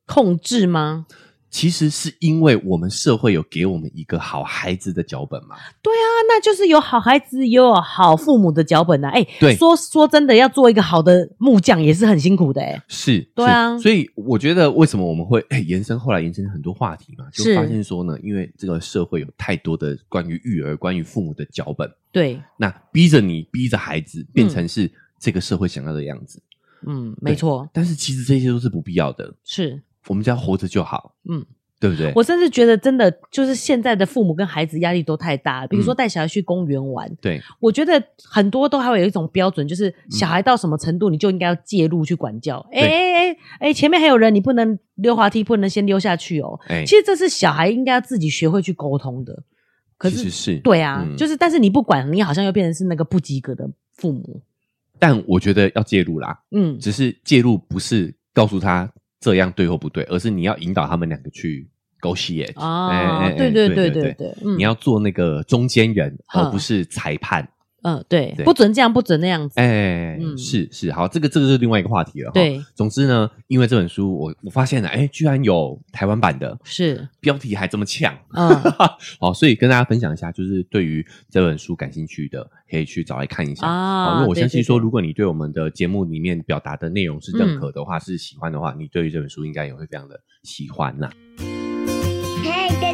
[SPEAKER 2] 控制吗？啊
[SPEAKER 3] 其实是因为我们社会有给我们一个好孩子的脚本嘛。
[SPEAKER 2] 对啊，那就是有好孩子，也有好父母的脚本呐、啊。哎、
[SPEAKER 3] 对
[SPEAKER 2] 说说真的，要做一个好的木匠也是很辛苦的、哎，
[SPEAKER 3] 是，
[SPEAKER 2] 对
[SPEAKER 3] 是
[SPEAKER 2] 啊
[SPEAKER 3] 所以我觉得为什么我们会、哎延伸，后来延伸很多话题嘛，就是发现说呢，因为这个社会有太多的关于育儿、关于父母的脚本，
[SPEAKER 2] 对，
[SPEAKER 3] 那逼着你逼着孩子变成是这个社会想要的样子，
[SPEAKER 2] 嗯，没错，
[SPEAKER 3] 但是其实这些都是不必要的，
[SPEAKER 2] 是，
[SPEAKER 3] 我们只要活着就好，
[SPEAKER 2] 嗯，
[SPEAKER 3] 对不对？
[SPEAKER 2] 我甚至觉得真的就是现在的父母跟孩子压力都太大了，比如
[SPEAKER 3] 嗯
[SPEAKER 2] 说带小孩去公园玩，
[SPEAKER 3] 对
[SPEAKER 2] 我觉得很多都还会有一种标准，就是
[SPEAKER 3] 嗯
[SPEAKER 2] 小孩到什么程度，你就应该要介入去管教。哎哎哎哎，前面还有人，你不能溜滑梯，不能先溜下去哦。
[SPEAKER 3] 哎
[SPEAKER 2] 其实这是小孩应该要自己学会去沟通的。可
[SPEAKER 3] 其实
[SPEAKER 2] 是，
[SPEAKER 3] 是
[SPEAKER 2] 对啊，
[SPEAKER 3] 嗯
[SPEAKER 2] 就是但是你不管，你好像又变成是那个不及格的父母。
[SPEAKER 3] 但我觉得要介入啦，
[SPEAKER 2] 嗯，
[SPEAKER 3] 只是介入不是告诉他这样对或不对，而是你要引导他们两个去 go s h i t 哎
[SPEAKER 2] 啊，对对对对对，嗯
[SPEAKER 3] 你要做那个中间人，
[SPEAKER 2] 嗯
[SPEAKER 3] 而不是裁判。
[SPEAKER 2] 嗯对，
[SPEAKER 3] 对
[SPEAKER 2] 不准这样，不准那样子。
[SPEAKER 3] 哎、
[SPEAKER 2] 嗯
[SPEAKER 3] 是是，好，这个这个是另外一个话题了。哈
[SPEAKER 2] 对，
[SPEAKER 3] 总之呢，因为这本书，我我发现了，哎、居然有台湾版的，
[SPEAKER 2] 是，
[SPEAKER 3] 标题还这么呛。
[SPEAKER 2] 嗯
[SPEAKER 3] 好，哦所以跟大家分享一下，就是对于这本书感兴趣的，可以去找来看一下。好，因
[SPEAKER 2] 啊，
[SPEAKER 3] 为我
[SPEAKER 2] 对
[SPEAKER 3] 相信说，，
[SPEAKER 2] 对对嗯
[SPEAKER 3] 如果你对我们的节目里面表达的内容是认可的话，是喜欢的话，你对于这本书应该也会非常的喜欢呐、
[SPEAKER 4] 嗨，大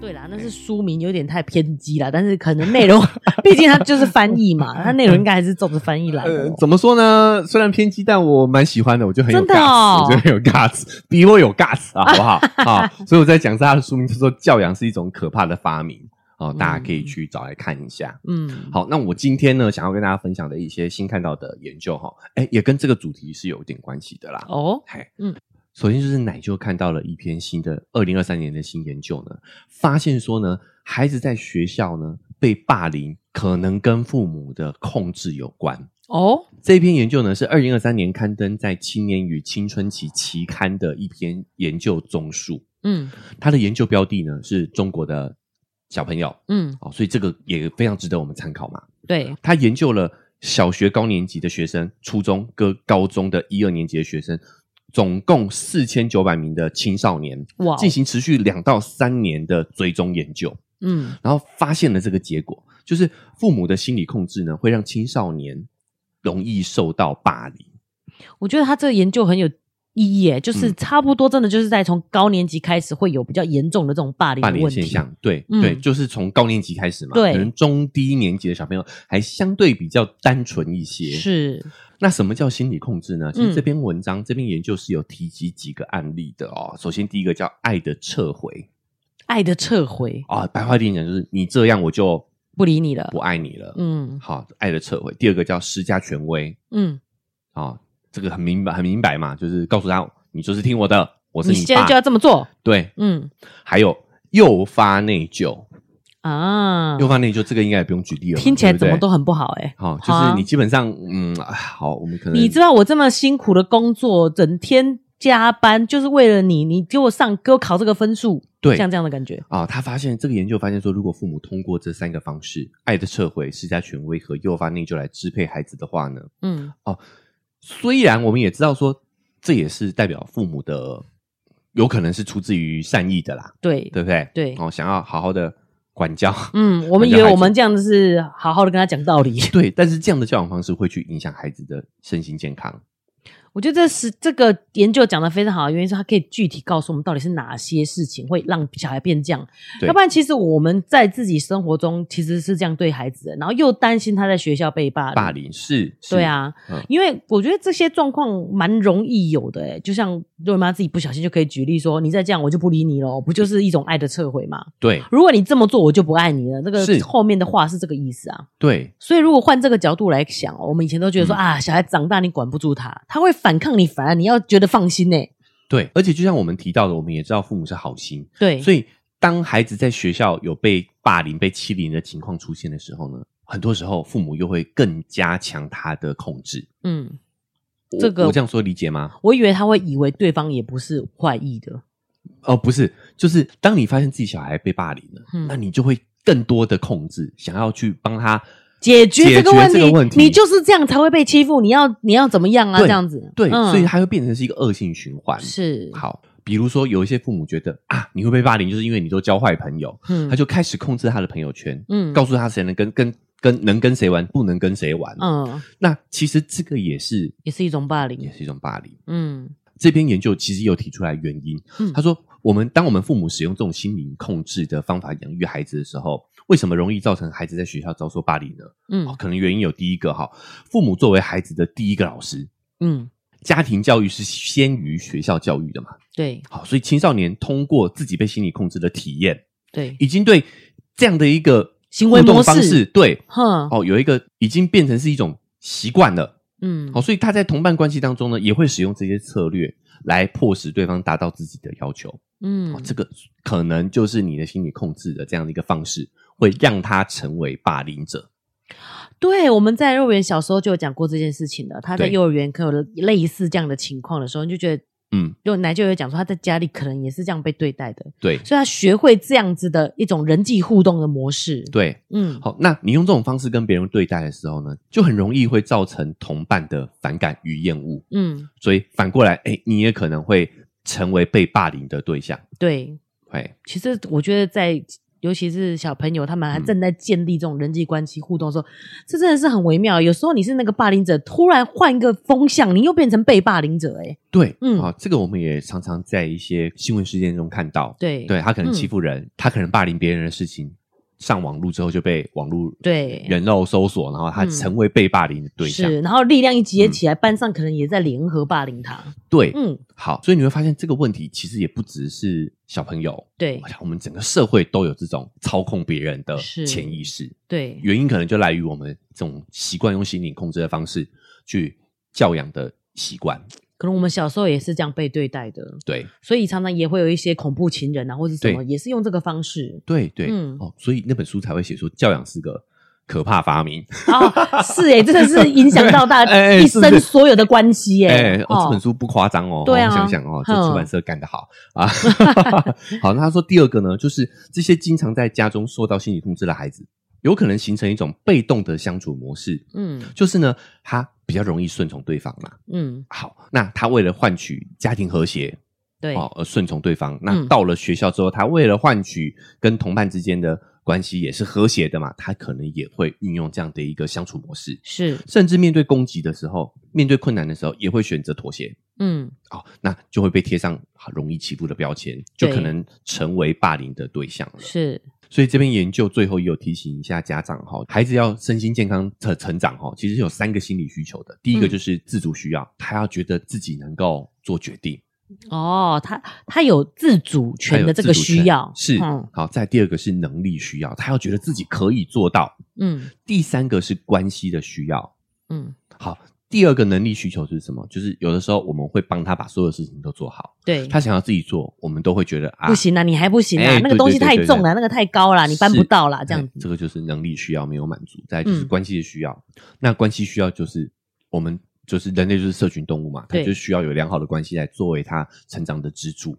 [SPEAKER 2] 对啦，那是书名有点太偏激啦，但是可能 内容，毕竟它就是翻译 嘛，它内容应该还是照着翻译来的
[SPEAKER 3] 呃
[SPEAKER 2] 哦、，
[SPEAKER 3] 怎么说呢？虽然偏激，但我蛮喜欢的，我觉得很有
[SPEAKER 2] 真的
[SPEAKER 3] guts，、
[SPEAKER 2] 哦
[SPEAKER 3] 我觉得很有 guts，比我有 guts 啊，好不好？啊，所以我在讲他的书名，他说教养是一种可怕的发明，哦，大家可以去找来看一下。
[SPEAKER 2] 嗯，
[SPEAKER 3] 好，那我今天呢，想要跟大家分享的一些新看到的研究哈，哎，也跟这个主题是有一点关系的啦。
[SPEAKER 2] 哦，
[SPEAKER 3] 嗨，
[SPEAKER 2] 嗯
[SPEAKER 3] 嗯，首先就是奶就看到了一篇新的二零二三年的新研究呢，发现说呢，孩子在学校呢被霸凌，可能跟父母的控制有关。
[SPEAKER 2] 哦，
[SPEAKER 3] 这篇研究呢是二零二三年刊登在《青年与青春期》期刊的一篇研究综述，
[SPEAKER 2] 嗯
[SPEAKER 3] 它的研究标的呢是中国的小朋友
[SPEAKER 2] 嗯，
[SPEAKER 3] 哦，所以这个也非常值得我们参考嘛。
[SPEAKER 2] 对，
[SPEAKER 3] 他研究了小学高年级的学生、初中跟高中的一二年级的学生，总共四千九百名的青少年，
[SPEAKER 2] 哇哦
[SPEAKER 3] 进行持续两到三年的追踪研究，
[SPEAKER 2] 嗯
[SPEAKER 3] 然后发现了这个结果，就是父母的心理控制呢，会让青少年容易受到霸凌。
[SPEAKER 2] 我觉得他这个研究很有意义耶，就是
[SPEAKER 3] 嗯
[SPEAKER 2] 差不多真的就是在从高年级开始会有比较严重的这种霸凌
[SPEAKER 3] 霸
[SPEAKER 2] 的
[SPEAKER 3] 凌
[SPEAKER 2] 问题
[SPEAKER 3] 现。象，对、
[SPEAKER 2] 嗯
[SPEAKER 3] 对，就是从高年级开始嘛，
[SPEAKER 2] 对
[SPEAKER 3] 可能中低年级的小朋友还相对比较单纯一些，
[SPEAKER 2] 是，
[SPEAKER 3] 那什么叫心理控制呢？其
[SPEAKER 2] 嗯
[SPEAKER 3] 实这篇文章、这篇研究是有提及几个案例的哦。首先，第一个叫“爱的撤回
[SPEAKER 2] 爱的撤回”，
[SPEAKER 3] 啊、白话一点讲就是你这样我就
[SPEAKER 2] 不理你了
[SPEAKER 3] 不。爱你了。
[SPEAKER 2] 嗯
[SPEAKER 3] 好，爱的撤回。第二个叫施加权威
[SPEAKER 2] 嗯，
[SPEAKER 3] 啊、这个很明白，很明白嘛，就是告诉他你就是听我的，我是
[SPEAKER 2] 你
[SPEAKER 3] 你
[SPEAKER 2] 现
[SPEAKER 3] 爸。
[SPEAKER 2] 在就要这么做。
[SPEAKER 3] 对，
[SPEAKER 2] 嗯
[SPEAKER 3] 还有诱发内疚，
[SPEAKER 2] 啊，
[SPEAKER 3] 诱发内疚这个应该也不用举例了
[SPEAKER 2] 嗯
[SPEAKER 3] 嘛，
[SPEAKER 2] 听起来
[SPEAKER 3] 对不
[SPEAKER 2] 怎
[SPEAKER 3] 对
[SPEAKER 2] 么都很不好哎。
[SPEAKER 3] 好、
[SPEAKER 2] 好啊
[SPEAKER 3] 就是你基本上嗯，好，我们可能
[SPEAKER 2] 你知道我这么辛苦的工作，整天加班就是为了你，你给我上给我考这个分数，
[SPEAKER 3] 对
[SPEAKER 2] 像这样的感觉。
[SPEAKER 3] 啊、他发现这个研究发现说，如果父母通过这三个方式——爱的撤回、施加权威和诱发内疚来支配孩子的话呢，哦
[SPEAKER 2] 嗯，
[SPEAKER 3] 虽然我们也知道说这也是代表父母的，有可能是出自于善意的啦，
[SPEAKER 2] 对。
[SPEAKER 3] 对不对？
[SPEAKER 2] 对
[SPEAKER 3] 哦，想要好好的管教，
[SPEAKER 2] 嗯，我们以为我们这样子是好好的跟他讲道理，
[SPEAKER 3] 对，但是这样的教养方式会去影响孩子的身心健康。
[SPEAKER 2] 我觉得这是这个研究讲的非常好的原因是，它可以具体告诉我们到底是哪些事情会让小孩变这样。
[SPEAKER 3] 对
[SPEAKER 2] 要不然，其实我们在自己生活中其实是这样对孩子的，然后又担心他在学校被霸凌。
[SPEAKER 3] 霸凌是，是
[SPEAKER 2] 对，啊，
[SPEAKER 3] 嗯
[SPEAKER 2] 因为我觉得这些状况蛮容易有的、欸，就像瑞妈自己不小心就可以举例说，你再这样我就不理你了，不就是一种爱的撤回吗？
[SPEAKER 3] 对
[SPEAKER 2] 如果你这么做，我就不爱你了。这个
[SPEAKER 3] 是
[SPEAKER 2] 后面的话是这个意思啊。
[SPEAKER 3] 对
[SPEAKER 2] 所以如果换这个角度来想哦，我们以前都觉得说、
[SPEAKER 3] 嗯
[SPEAKER 2] 啊，小孩长大你管不住他，他会反抗你，反而你要觉得放心呢、欸
[SPEAKER 3] 对，而且就像我们提到的，我们也知道父母是好心，
[SPEAKER 2] 对，
[SPEAKER 3] 所
[SPEAKER 2] 以
[SPEAKER 3] 以当孩子在学校有被霸凌、被欺凌的情况出现的时候呢，很多时候父母又会更加强他的控制。
[SPEAKER 2] 嗯，
[SPEAKER 3] 我
[SPEAKER 2] 这个
[SPEAKER 3] 我这样说理解吗？
[SPEAKER 2] 我以为他会以为对方也不是坏意的，
[SPEAKER 3] 哦，不是，就是当你发现自己小孩被霸凌了，
[SPEAKER 2] 嗯
[SPEAKER 3] 那你就会更多的控制，想要去帮他
[SPEAKER 2] 解决这个问
[SPEAKER 3] 这
[SPEAKER 2] 题，
[SPEAKER 3] 个问题
[SPEAKER 2] 你就是这样才会被欺负，你要你要怎么样啊？
[SPEAKER 3] 对
[SPEAKER 2] 这样子，
[SPEAKER 3] 对，
[SPEAKER 2] 嗯
[SPEAKER 3] 所以它会变成是一个恶性循环。
[SPEAKER 2] 是，
[SPEAKER 3] 好，比如说有一些父母觉得啊，你会被霸凌，就是因为你都交坏朋友，
[SPEAKER 2] 嗯
[SPEAKER 3] 他就开始控制他的朋友圈，
[SPEAKER 2] 嗯
[SPEAKER 3] 告诉他谁能跟跟跟能跟谁玩，不能跟谁玩。
[SPEAKER 2] 嗯，
[SPEAKER 3] 那其实这个也是
[SPEAKER 2] 也是一种霸凌
[SPEAKER 3] 也，是一种霸凌。
[SPEAKER 2] 嗯
[SPEAKER 3] 这篇研究其实有提出来原因，
[SPEAKER 2] 嗯
[SPEAKER 3] 他说我们当我们父母使用这种心灵控制的方法养育孩子的时候，为什么容易造成孩子在学校遭受霸凌呢？哦
[SPEAKER 2] 嗯，
[SPEAKER 3] 可能原因有第一个哈，父母作为孩子的第一个老师，
[SPEAKER 2] 嗯，
[SPEAKER 3] 家庭教育是先于学校教育的嘛。
[SPEAKER 2] 对
[SPEAKER 3] 好，所以青少年通过自己被心理控制的体验，
[SPEAKER 2] 对，
[SPEAKER 3] 已经对这样的一个
[SPEAKER 2] 行为
[SPEAKER 3] 互动
[SPEAKER 2] 模式
[SPEAKER 3] 方式，对
[SPEAKER 2] 哼，
[SPEAKER 3] 哦，有一个已经变成是一种习惯了。
[SPEAKER 2] 嗯
[SPEAKER 3] 哦，所以他在同伴关系当中呢，也会使用这些策略来迫使对方达到自己的要求。哦
[SPEAKER 2] 嗯，，
[SPEAKER 3] 这个可能就是你的心理控制的这样的一个方式，会让他成为霸凌者。
[SPEAKER 2] 对，我们在幼儿园小时候就有讲过这件事情的。他在
[SPEAKER 3] 对
[SPEAKER 2] 幼儿园可能有类似这样的情况的时候，你就觉得，
[SPEAKER 3] 嗯，
[SPEAKER 2] 就奶就有讲说他在家里可能也是这样被对待的，
[SPEAKER 3] 对
[SPEAKER 2] 所以他学会这样子的一种人际互动的模式。，
[SPEAKER 3] 对，
[SPEAKER 2] 嗯，
[SPEAKER 3] 好，那你用这种方式跟别人对待的时候呢，就很容易会造成同伴的反感与厌恶。
[SPEAKER 2] 嗯，
[SPEAKER 3] 所以反过来，哎、你也可能会成为被霸凌的对象。
[SPEAKER 2] 对。
[SPEAKER 3] 哎，
[SPEAKER 2] 其实我觉得在。尤其是小朋友，他们还
[SPEAKER 3] 嗯
[SPEAKER 2] 正在建立这种人际关系互动的时候，这真的是很微妙。有时候你是那个霸凌者，突然换一个风向，你又变成被霸凌者、欸。哎，
[SPEAKER 3] 对，
[SPEAKER 2] 嗯
[SPEAKER 3] 嗯，好、这个我们也常常在一些新闻事件中看到。
[SPEAKER 2] 对
[SPEAKER 3] 对他可能欺
[SPEAKER 2] 嗯
[SPEAKER 3] 负人，他可能霸凌别人的事情，上网路之后就被网路
[SPEAKER 2] 对
[SPEAKER 3] 人肉搜索，然后他
[SPEAKER 2] 嗯
[SPEAKER 3] 成为被霸凌的对象。
[SPEAKER 2] 是，然后力量一结
[SPEAKER 3] 嗯
[SPEAKER 2] 起来，班上可能也在联合霸凌他。
[SPEAKER 3] 对，
[SPEAKER 2] 嗯，
[SPEAKER 3] 好，所以你会发现这个问题其实也不只是小朋友，
[SPEAKER 2] 对
[SPEAKER 3] 我想我们整个社会都有这种操控别人的
[SPEAKER 2] 是
[SPEAKER 3] 潜意识，
[SPEAKER 2] 对，
[SPEAKER 3] 原因可能就来于我们这种习惯用心理控制的方式去教养的习惯。
[SPEAKER 2] 可能我们小时候也是这样被对待的，
[SPEAKER 3] 对，
[SPEAKER 2] 所以常常也会有一些恐怖情人啊，或者什么，
[SPEAKER 3] 对
[SPEAKER 2] 也是用这个方式
[SPEAKER 3] 对，对，
[SPEAKER 2] 嗯
[SPEAKER 3] 哦，所以那本书才会写说教养是个可怕发明。
[SPEAKER 2] 啊、是哎、真的 是影响到大
[SPEAKER 3] 哎哎
[SPEAKER 2] 一
[SPEAKER 3] 是不是
[SPEAKER 2] 生所有的关系哎、
[SPEAKER 3] 哎、哦，这本书不夸张哦。
[SPEAKER 2] 对啊
[SPEAKER 3] 我想想哦，这
[SPEAKER 2] 嗯
[SPEAKER 3] 出版社干得好 啊。 好，那他说第二个呢，就是这些经常在家中受到心理控制的孩子，有可能形成一种被动的相处模式，
[SPEAKER 2] 嗯
[SPEAKER 3] 就是呢，他比较容易顺从对方嘛。
[SPEAKER 2] 嗯，
[SPEAKER 3] 好，那他为了换取家庭和谐
[SPEAKER 2] 对，
[SPEAKER 3] 哦，而顺从对方。那
[SPEAKER 2] 嗯
[SPEAKER 3] 到了学校之后，他为了换取跟同伴之间的关系也是和谐的嘛，他可能也会运用这样的一个相处模式，
[SPEAKER 2] 是，
[SPEAKER 3] 甚至面对攻击的时候，面对困难的时候，也会选择妥协。
[SPEAKER 2] 嗯
[SPEAKER 3] 哦，那就会被贴上容易欺负的标签，就
[SPEAKER 2] 对
[SPEAKER 3] 可能成为霸凌的对象了。
[SPEAKER 2] 是，
[SPEAKER 3] 所以这篇研究最后也有提醒一下家长哈，孩子要身心健康的成长哈，其实有三个心理需求的。第一个
[SPEAKER 2] 嗯
[SPEAKER 3] 就是自主需要，他要觉得自己能够做决定，
[SPEAKER 2] 哦，他他有自主
[SPEAKER 3] 他
[SPEAKER 2] 权
[SPEAKER 3] 有
[SPEAKER 2] 的这个
[SPEAKER 3] 自主权
[SPEAKER 2] 需要，
[SPEAKER 3] 是、
[SPEAKER 2] 嗯
[SPEAKER 3] 好。再第二个是能力需要，他要觉得自己可以做到。
[SPEAKER 2] 嗯
[SPEAKER 3] 第三个是关系的需要，
[SPEAKER 2] 嗯，
[SPEAKER 3] 好。第二个能力需求是什么？就是有的时候我们会帮他把所有事情都做好，
[SPEAKER 2] 对，
[SPEAKER 3] 他想要自己做，我们都会觉得啊
[SPEAKER 2] 不行啦，你还不行啦，
[SPEAKER 3] 哎
[SPEAKER 2] 那个
[SPEAKER 3] 对
[SPEAKER 2] 东
[SPEAKER 3] 对
[SPEAKER 2] 西
[SPEAKER 3] 对
[SPEAKER 2] 太
[SPEAKER 3] 对
[SPEAKER 2] 重
[SPEAKER 3] 对
[SPEAKER 2] 了，那个太高啦，你办不
[SPEAKER 3] 是
[SPEAKER 2] 到啊啦，这样
[SPEAKER 3] 哎
[SPEAKER 2] 子，
[SPEAKER 3] 这个就是能力需要没有满足，再来就是
[SPEAKER 2] 嗯
[SPEAKER 3] 关系的需要。那关系需要就是我们就是人类就是社群动物嘛，它
[SPEAKER 2] 对
[SPEAKER 3] 就需要有良好的关系来作为它成长的支柱。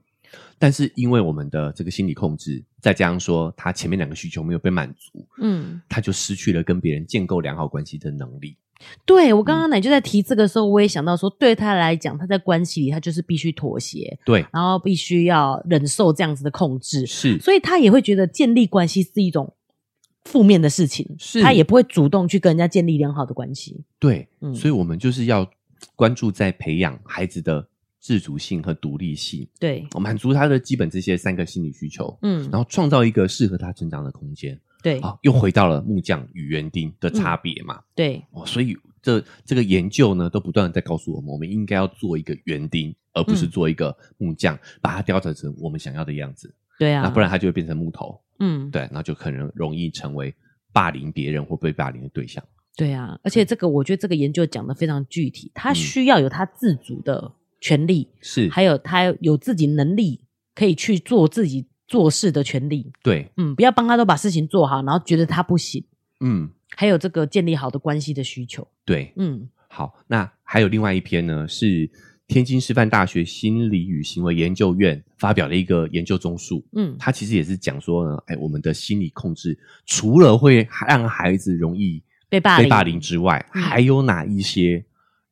[SPEAKER 3] 但是因为我们的这个心理控制，再加上说他前面两个需求没有被满足，
[SPEAKER 2] 嗯。
[SPEAKER 3] 他就失去了跟别人建构良好关系的能力。
[SPEAKER 2] 对我
[SPEAKER 3] 嗯
[SPEAKER 2] 刚刚奶就在提这个时候，我也想到说，对他来讲，他在关系里他就是必须妥协，
[SPEAKER 3] 对，
[SPEAKER 2] 然后必须要忍受这样子的控制，
[SPEAKER 3] 是
[SPEAKER 2] 所以他也会觉得建立关系是一种负面的事情，
[SPEAKER 3] 是
[SPEAKER 2] 他也不会主动去跟人家建立良好的关系。
[SPEAKER 3] 对，
[SPEAKER 2] 嗯
[SPEAKER 3] 所以我们就是要关注在培养孩子的自主性和独立性，
[SPEAKER 2] 对，
[SPEAKER 3] 哦满足他的基本这些三个心理需求，
[SPEAKER 2] 嗯，
[SPEAKER 3] 然后创造一个适合他成长的空间。
[SPEAKER 2] 对
[SPEAKER 3] 好、哦又回到了木匠与园丁的
[SPEAKER 2] 嗯
[SPEAKER 3] 差别嘛。
[SPEAKER 2] 对，
[SPEAKER 3] 哦，所以这这个研究呢，都不断的在告诉我们，我们应该要做一个园丁，而不是
[SPEAKER 2] 嗯
[SPEAKER 3] 做一个木匠，把它雕琢成我们想要的样子。
[SPEAKER 2] 对啊，
[SPEAKER 3] 那不然它就会变成木头，
[SPEAKER 2] 嗯，
[SPEAKER 3] 对，那就可能容易成为霸凌别人或被霸凌的对象。
[SPEAKER 2] 对啊，而且这个我觉得这个研究讲的非常具体，他
[SPEAKER 3] 嗯
[SPEAKER 2] 需要有他自主的权利，
[SPEAKER 3] 是，
[SPEAKER 2] 还有他有自己能力可以去做自己做事的权利。
[SPEAKER 3] 对，
[SPEAKER 2] 嗯，不要帮他都把事情做好，然后觉得他不行。
[SPEAKER 3] 嗯，
[SPEAKER 2] 还有这个建立好的关系的需求。
[SPEAKER 3] 对，
[SPEAKER 2] 嗯
[SPEAKER 3] 好，那还有另外一篇呢，是天津师范大学心理与行为研究院发表了一个研究综述，
[SPEAKER 2] 嗯，
[SPEAKER 3] 它其实也是讲说呢，哎，我们的心理控制除了会让孩子容易
[SPEAKER 2] 被霸凌，
[SPEAKER 3] 被霸凌之外，
[SPEAKER 2] 嗯
[SPEAKER 3] 还有哪一些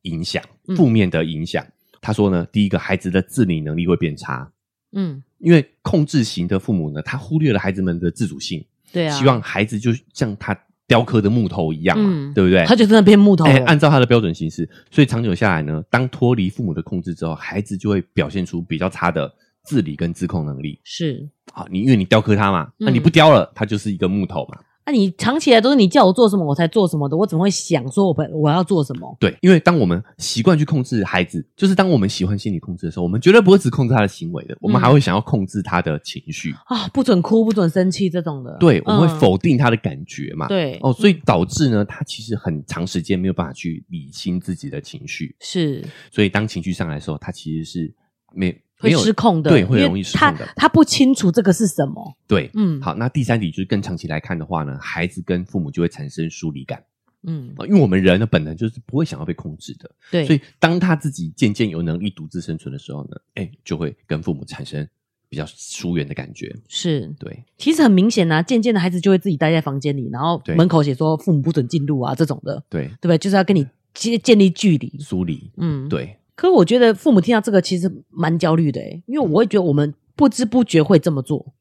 [SPEAKER 3] 影响？
[SPEAKER 2] 嗯
[SPEAKER 3] 负面的影响？他说呢，第一个，孩子的自理能力会变差，
[SPEAKER 2] 嗯，
[SPEAKER 3] 因为控制型的父母呢，他忽略了孩子们的自主性，
[SPEAKER 2] 对啊，
[SPEAKER 3] 希望孩子就像他雕刻的木头一样嘛，
[SPEAKER 2] 嗯
[SPEAKER 3] 对不对？
[SPEAKER 2] 他就真的变木头了。
[SPEAKER 3] 哎，按照他的标准行事，所以长久下来呢，当脱离父母的控制之后，孩子就会表现出比较差的自理跟自控能力。
[SPEAKER 2] 是，
[SPEAKER 3] 好，你因为你雕刻他嘛，那、你
[SPEAKER 2] 嗯
[SPEAKER 3] 不雕了，他就是一个木头嘛。
[SPEAKER 2] 那、啊你藏起来都是你叫我做什么我才做什么的，我怎么会想说我不我要做什么？
[SPEAKER 3] 对，因为当我们习惯去控制孩子，就是当我们喜欢心理控制的时候，我们绝对不会只控制他的行为的，我
[SPEAKER 2] 嗯
[SPEAKER 3] 们还会想要控制他的情绪。
[SPEAKER 2] 啊，不准哭，不准生气这种的。
[SPEAKER 3] 对，我们会
[SPEAKER 2] 嗯、
[SPEAKER 3] 否定他的感觉嘛？
[SPEAKER 2] 对嗯
[SPEAKER 3] 哦，所以导致呢，他其实很长时间没有办法去理清自己的情绪，
[SPEAKER 2] 是
[SPEAKER 3] 所以当情绪上来的时候，他其实是没没
[SPEAKER 2] 会
[SPEAKER 3] 有
[SPEAKER 2] 失控的，
[SPEAKER 3] 对，会
[SPEAKER 2] 因为
[SPEAKER 3] 容易失控的
[SPEAKER 2] 他。他不清楚这个是什么。
[SPEAKER 3] 对，
[SPEAKER 2] 嗯，，
[SPEAKER 3] 好，那第三点就是更长期来看的话呢，孩子跟父母就会产生疏离感
[SPEAKER 2] 嗯，
[SPEAKER 3] 啊，因为我们人呢本来就是不会想要被控制的，
[SPEAKER 2] 对，
[SPEAKER 3] 所以当他自己渐渐有能力独自生存的时候呢，哎，就会跟父母产生比较疏远的感觉。
[SPEAKER 2] 是
[SPEAKER 3] 对，
[SPEAKER 2] 其实很明显啊，渐渐的孩子就会自己待在房间里，然后
[SPEAKER 3] 对
[SPEAKER 2] 门口写说父母不准进入啊这种的，
[SPEAKER 3] 对，
[SPEAKER 2] 对不对？就是要跟你建建立距离。
[SPEAKER 3] 疏离，
[SPEAKER 2] 嗯，。
[SPEAKER 3] 对，
[SPEAKER 2] 可我觉得父母听到这个其实蛮焦虑的、欸，因为我会觉得我们不知不觉会这么做，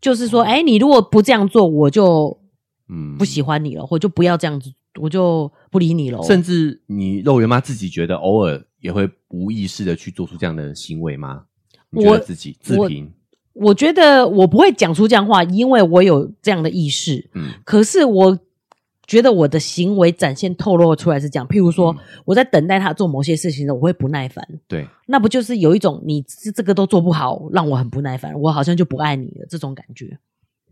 [SPEAKER 2] 就是说，哎、你如果不这样做，我就
[SPEAKER 3] 嗯，
[SPEAKER 2] 不喜欢你了，或就不要这样子，我就不理你了。
[SPEAKER 3] 甚至你肉圆妈自己觉得偶尔也会无意识的去做出这样的行为吗？你觉
[SPEAKER 2] 我
[SPEAKER 3] 得自己自
[SPEAKER 2] 我
[SPEAKER 3] 评，
[SPEAKER 2] 我觉得我不会讲出这样话，因为我有这样的意识。
[SPEAKER 3] 嗯，
[SPEAKER 2] 可是我觉得我的行为展现透露出来是这样，譬如说，
[SPEAKER 3] 嗯
[SPEAKER 2] 我在等待他做某些事情的时候，我会不耐烦。
[SPEAKER 3] 对，
[SPEAKER 2] 那不就是有一种你这这个都做不好，让我很不耐烦，我好像就不爱你了这种感觉。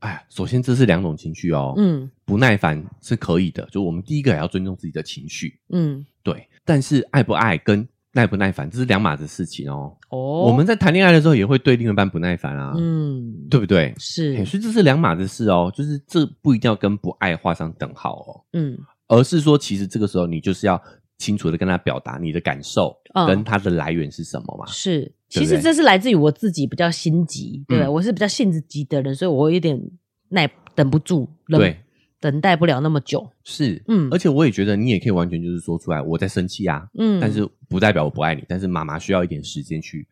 [SPEAKER 3] 哎，首先这是两种情绪哦，
[SPEAKER 2] 嗯
[SPEAKER 3] 不耐烦是可以的，就我们第一个也要尊重自己的情绪，
[SPEAKER 2] 嗯，
[SPEAKER 3] 对，但是爱不爱跟耐不耐烦这是两码子事情哦。
[SPEAKER 2] 哦
[SPEAKER 3] 我们在谈恋爱的时候也会对另一半不耐烦啊，
[SPEAKER 2] 嗯，
[SPEAKER 3] 对不对？嘿
[SPEAKER 2] 是，
[SPEAKER 3] 所以这是两码子事哦，就是这不一定要跟不爱画上等号哦，
[SPEAKER 2] 嗯
[SPEAKER 3] 而是说其实这个时候你就是要清楚的跟他表达你的感受
[SPEAKER 2] 嗯
[SPEAKER 3] 跟他的来源是什么嘛。
[SPEAKER 2] 是。
[SPEAKER 3] 啊对不
[SPEAKER 2] 其实
[SPEAKER 3] 对
[SPEAKER 2] 这是来自于我自己比较心急，对不对？
[SPEAKER 3] 嗯
[SPEAKER 2] 我是比较性子急的人，所以我有点耐等不住，忍
[SPEAKER 3] 对，
[SPEAKER 2] 等待不了那么久。
[SPEAKER 3] 是，
[SPEAKER 2] 嗯
[SPEAKER 3] 而且我也觉得你也可以完全就是说出来我在生气啊，
[SPEAKER 2] 嗯，
[SPEAKER 3] 但是不代表我不爱你，但是妈妈需要一点时间去，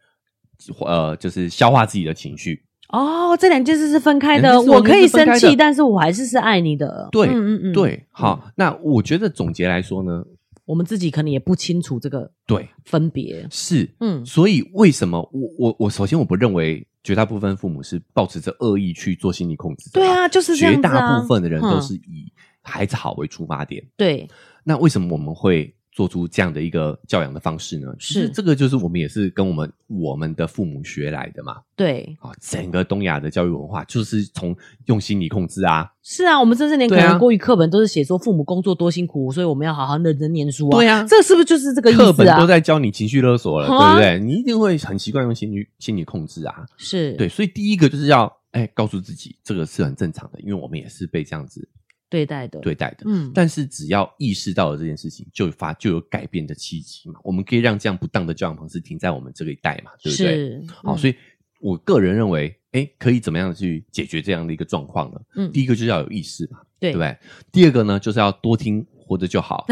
[SPEAKER 3] 呃，就是消化自己的情绪。
[SPEAKER 2] 哦，这两件事是分开
[SPEAKER 3] 两
[SPEAKER 2] 的。
[SPEAKER 3] 件事
[SPEAKER 2] 我可以
[SPEAKER 3] 完全是
[SPEAKER 2] 生
[SPEAKER 3] 分开的
[SPEAKER 2] 气，但是我还是是爱你的。
[SPEAKER 3] 对
[SPEAKER 2] 嗯嗯嗯，
[SPEAKER 3] 对，好，那我觉得总结来说呢，
[SPEAKER 2] 我们自己可能也不清楚这个
[SPEAKER 3] 对，
[SPEAKER 2] 分别。
[SPEAKER 3] 是，
[SPEAKER 2] 嗯
[SPEAKER 3] 所以为什么我我我首先我不认为绝大部分父母是抱持着恶意去做心理控制的
[SPEAKER 2] 对
[SPEAKER 3] 啦，
[SPEAKER 2] 啊，就是这样
[SPEAKER 3] 绝
[SPEAKER 2] 子啊
[SPEAKER 3] 大部分的人都
[SPEAKER 2] 嗯
[SPEAKER 3] 是以孩子好为出发点。
[SPEAKER 2] 对，
[SPEAKER 3] 那为什么我们会做出这样的一个教养的方式呢？
[SPEAKER 2] 是
[SPEAKER 3] 其实这个就是我们也是跟我们我们的父母学来的嘛。
[SPEAKER 2] 对，
[SPEAKER 3] 啊，整个东亚的教育文化就是从用心理控制啊，
[SPEAKER 2] 是啊，我们甚至连可
[SPEAKER 3] 对啊
[SPEAKER 2] 能国语课本都是写说父母工作多辛苦，所以我们要好好认真念书啊。
[SPEAKER 3] 对啊
[SPEAKER 2] 这是不是就是这个意思啊？
[SPEAKER 3] 课本都在教你情绪勒索了，
[SPEAKER 2] 啊
[SPEAKER 3] 对不对？你一定会很习惯用心理心理控制啊。
[SPEAKER 2] 是
[SPEAKER 3] 对，所以第一个就是要哎告诉自己，这个是很正常的，因为我们也是被这样子
[SPEAKER 2] 对待的，，
[SPEAKER 3] 对待的。
[SPEAKER 2] 嗯，
[SPEAKER 3] 但是只要意识到了这件事情，就发就有改变的契机嘛。我们可以让这样不当的教养方式停在我们这一代嘛，对不对？
[SPEAKER 2] 是
[SPEAKER 3] 好，
[SPEAKER 2] 嗯
[SPEAKER 3] 所以我个人认为，哎，可以怎么样去解决这样的一个状况呢？
[SPEAKER 2] 嗯
[SPEAKER 3] 第一个就是要有意识嘛，
[SPEAKER 2] 对
[SPEAKER 3] 对不对？第二个呢，就是要多听《活着就好》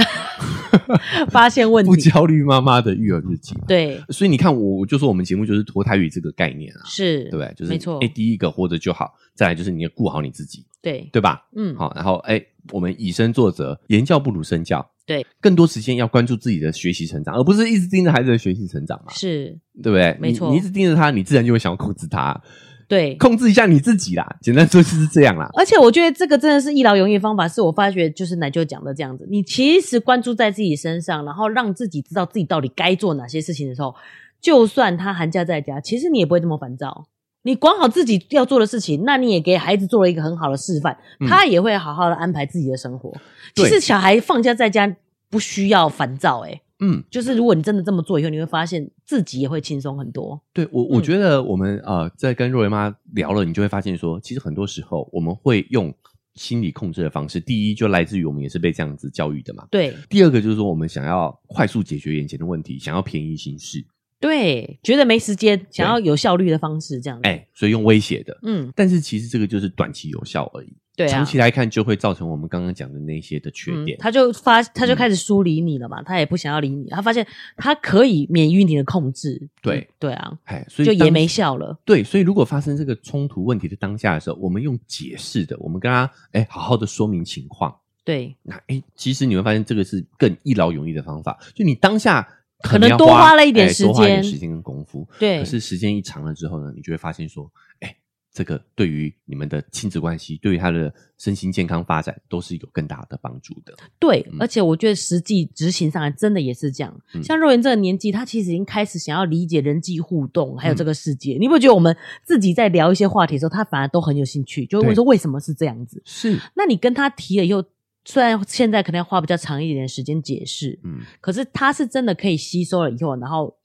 [SPEAKER 2] 发现问
[SPEAKER 3] 不
[SPEAKER 2] 题，
[SPEAKER 3] 焦虑妈妈的育儿日记。，
[SPEAKER 2] 对，
[SPEAKER 3] 所以你看我，我就说我们节目就是脱胎于这个概念啊，
[SPEAKER 2] 是，
[SPEAKER 3] 对不对？就是
[SPEAKER 2] 没错
[SPEAKER 3] 哎，，第一个活着就好，再来就是你要顾好你自己，
[SPEAKER 2] 对，
[SPEAKER 3] 对吧？
[SPEAKER 2] 嗯，
[SPEAKER 3] 好，然后哎，我们以身作则，言教不如身教。
[SPEAKER 2] 对，
[SPEAKER 3] 更多时间要关注自己的学习成长，而不是一直盯着孩子的学习成长嘛，
[SPEAKER 2] 是
[SPEAKER 3] 对不对？
[SPEAKER 2] 没
[SPEAKER 3] 你
[SPEAKER 2] 错
[SPEAKER 3] 你一直盯着他，你自然就会想要控制他，
[SPEAKER 2] 对。
[SPEAKER 3] 控制一下你自己啦。简单说就是这样啦。
[SPEAKER 2] 而且我觉得这个真的是一劳永逸的方法，是我发觉就是奶舅讲的这样子，你其实关注在自己身上，然后让自己知道自己到底该做哪些事情的时候，就算他寒假在家，其实你也不会这么烦躁。你管好自己要做的事情，那你也给孩子做了一个很好的示范，
[SPEAKER 3] 嗯
[SPEAKER 2] 他也会好好的安排自己的生活。其
[SPEAKER 3] 对
[SPEAKER 2] 实小孩放假在家不需要烦躁、欸，
[SPEAKER 3] 嗯，
[SPEAKER 2] 就是如果你真的这么做以后，你会发现自己也会轻松很多。
[SPEAKER 3] 对我我
[SPEAKER 2] 嗯
[SPEAKER 3] 觉得我们呃在跟若维妈聊了，你就会发现说，其实很多时候我们会用心理控制的方式，第一就来自于我们也是被这样子教育的嘛。
[SPEAKER 2] 对
[SPEAKER 3] 第二个就是说，我们想要快速解决眼前的问题，想要便宜行事，
[SPEAKER 2] 对，觉得没时间，想要有效率的方式这样子。
[SPEAKER 3] 哎，所以用威胁的。
[SPEAKER 2] 嗯，
[SPEAKER 3] 但是其实这个就是短期有效而已，
[SPEAKER 2] 对啊，
[SPEAKER 3] 长期来看就会造成我们刚刚讲的那些的缺
[SPEAKER 2] 嗯
[SPEAKER 3] 点。
[SPEAKER 2] 他就发，他
[SPEAKER 3] 嗯
[SPEAKER 2] 就开始疏离你了嘛，他也不想要理你，他发现他可以免于你的控制。
[SPEAKER 3] 对
[SPEAKER 2] 对啊，
[SPEAKER 3] 哎，所以
[SPEAKER 2] 就也
[SPEAKER 3] 当
[SPEAKER 2] 没效了。
[SPEAKER 3] 对，所以如果发生这个冲突问题的当下的时候，我们用解释的，我们跟他哎好好的说明情况。
[SPEAKER 2] 对，
[SPEAKER 3] 那哎，其实你会发现这个是更一劳永逸的方法，就你当下
[SPEAKER 2] 可能
[SPEAKER 3] 要
[SPEAKER 2] 多
[SPEAKER 3] 花
[SPEAKER 2] 花了一点
[SPEAKER 3] 哎
[SPEAKER 2] 时
[SPEAKER 3] 多花一点
[SPEAKER 2] 间
[SPEAKER 3] 时间跟功夫。
[SPEAKER 2] 对
[SPEAKER 3] 可是时间一长了之后呢，你就会发现说，哎，这个对于你们的亲子关系，对于他的身心健康发展，都是有更大的帮助的。
[SPEAKER 2] 对，
[SPEAKER 3] 嗯
[SPEAKER 2] 而且我觉得实际执行上来真的也是这样。
[SPEAKER 3] 嗯
[SPEAKER 2] 像肉圆这个年纪，他其实已经开始想要理解人际互动，还有
[SPEAKER 3] 嗯
[SPEAKER 2] 这个世界。你有没有觉得我们自己在聊一些话题的时候，他反而都很有兴趣，就会问
[SPEAKER 3] 对
[SPEAKER 2] 说为什么是这样子？
[SPEAKER 3] 是，
[SPEAKER 2] 那你跟他提了以后，虽然现在可能要花比较长一点的时间解释，
[SPEAKER 3] 嗯，
[SPEAKER 2] 可是他是真的可以吸收了以后，然后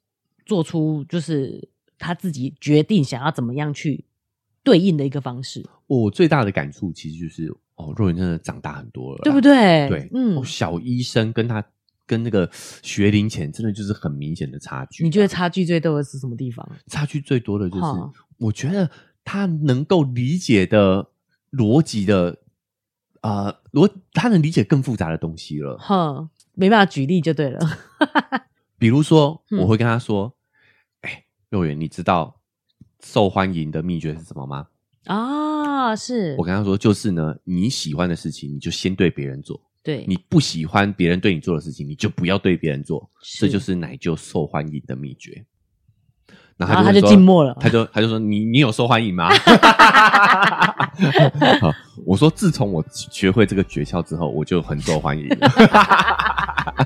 [SPEAKER 2] 做出就是他自己决定想要怎么样去对应的一个方式，
[SPEAKER 3] 我最大的感触其实就是，哦，若云真的长大很多了啦，
[SPEAKER 2] 对不对？
[SPEAKER 3] 对，
[SPEAKER 2] 嗯
[SPEAKER 3] 哦，，小医生跟他跟那个学龄前真的就是很明显的差距。
[SPEAKER 2] 你觉得差距最多的是什么地方？
[SPEAKER 3] 差距最多的就是
[SPEAKER 2] 哈，
[SPEAKER 3] 我觉得他能够理解的逻辑的，呃，逻他能理解更复杂的东西了。
[SPEAKER 2] 哼，没办法举例就对了。
[SPEAKER 3] 比如说，
[SPEAKER 2] 嗯
[SPEAKER 3] 我会跟他说：“哎、肉圆，你知道受欢迎的秘诀是什么吗
[SPEAKER 2] 啊，是？”
[SPEAKER 3] 我跟他说：“就是呢，你喜欢的事情，你就先对别人做；
[SPEAKER 2] 对，
[SPEAKER 3] 你不喜欢别人对你做的事情，你就不要对别人做。”这就是是奶舅受欢迎的秘诀。然
[SPEAKER 2] 然后他就
[SPEAKER 3] 说
[SPEAKER 2] 静默了
[SPEAKER 3] 他就他就说：“你你有受欢迎吗？” 好我说：“自从我学会这个诀窍之后，我就很受欢迎了。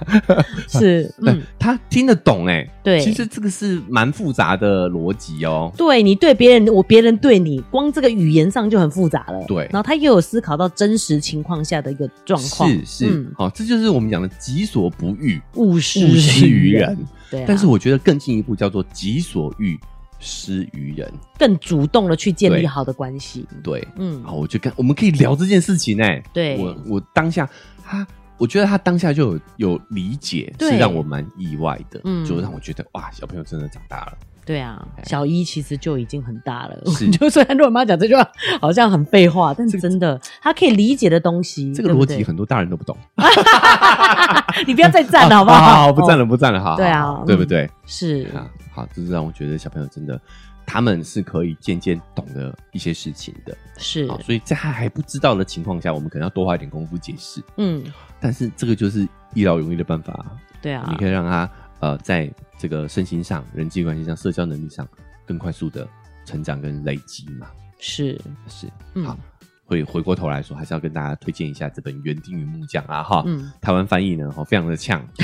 [SPEAKER 2] 是，嗯，
[SPEAKER 3] 他听得懂哎、
[SPEAKER 2] 对
[SPEAKER 3] 其实这个是蛮复杂的逻辑哦。
[SPEAKER 2] 对你对别人，我别人对你，光这个语言上就很复杂了。
[SPEAKER 3] 对
[SPEAKER 2] 然后他也有思考到真实情况下的一个状况，
[SPEAKER 3] 是是
[SPEAKER 2] 嗯，
[SPEAKER 3] 好、这就是我们讲的己所不欲，
[SPEAKER 2] 勿施
[SPEAKER 3] 勿施于人。。
[SPEAKER 2] 对啊，
[SPEAKER 3] 但是我觉得更进一步叫做己所欲，施于人。
[SPEAKER 2] 更主动的去建立
[SPEAKER 3] 对
[SPEAKER 2] 好的关系。
[SPEAKER 3] 对，
[SPEAKER 2] 嗯，
[SPEAKER 3] 好，我就跟我们可以聊这件事情哎、
[SPEAKER 2] 对
[SPEAKER 3] 我我当下他，我觉得他当下就有有理解，
[SPEAKER 2] 对
[SPEAKER 3] 是让我蛮意外的，
[SPEAKER 2] 嗯
[SPEAKER 3] 就让我觉得哇，小朋友真的长大了，
[SPEAKER 2] 对啊，
[SPEAKER 3] 哎
[SPEAKER 2] 小一其实就已经很大了。
[SPEAKER 3] 是
[SPEAKER 2] 就虽然若妈讲这句话好像很废话，但是真的，他可以理解的东西，
[SPEAKER 3] 这个
[SPEAKER 2] 嗯对不
[SPEAKER 3] 逻
[SPEAKER 2] 对
[SPEAKER 3] 辑，很多大人都不懂，
[SPEAKER 2] 你不要再 赞了，好不
[SPEAKER 3] 好
[SPEAKER 2] 好？
[SPEAKER 3] 不赞了，
[SPEAKER 2] 哦，
[SPEAKER 3] 不赞了，哈，
[SPEAKER 2] 对啊
[SPEAKER 3] 好好对不对？
[SPEAKER 2] 是，
[SPEAKER 3] 啊，好，这是让我觉得小朋友真的。他们是可以渐渐懂得一些事情的，
[SPEAKER 2] 是
[SPEAKER 3] 好，，啊所以在他还不知道的情况下，我们可能要多花一点功夫解释。
[SPEAKER 2] 嗯，
[SPEAKER 3] 但是这个就是一劳永逸的办法啊，
[SPEAKER 2] 对啊
[SPEAKER 3] 你，可以让他呃，在这个身心上、人际关系上、社交能力上更快速的成长跟累积嘛。
[SPEAKER 2] 是，
[SPEAKER 3] 是，
[SPEAKER 2] 嗯
[SPEAKER 3] 好，会回过头来说，还是要跟大家推荐一下这本《园丁与木匠》啊，哈，
[SPEAKER 2] 嗯，
[SPEAKER 3] 台湾翻译呢，哦哈，非常 的呛，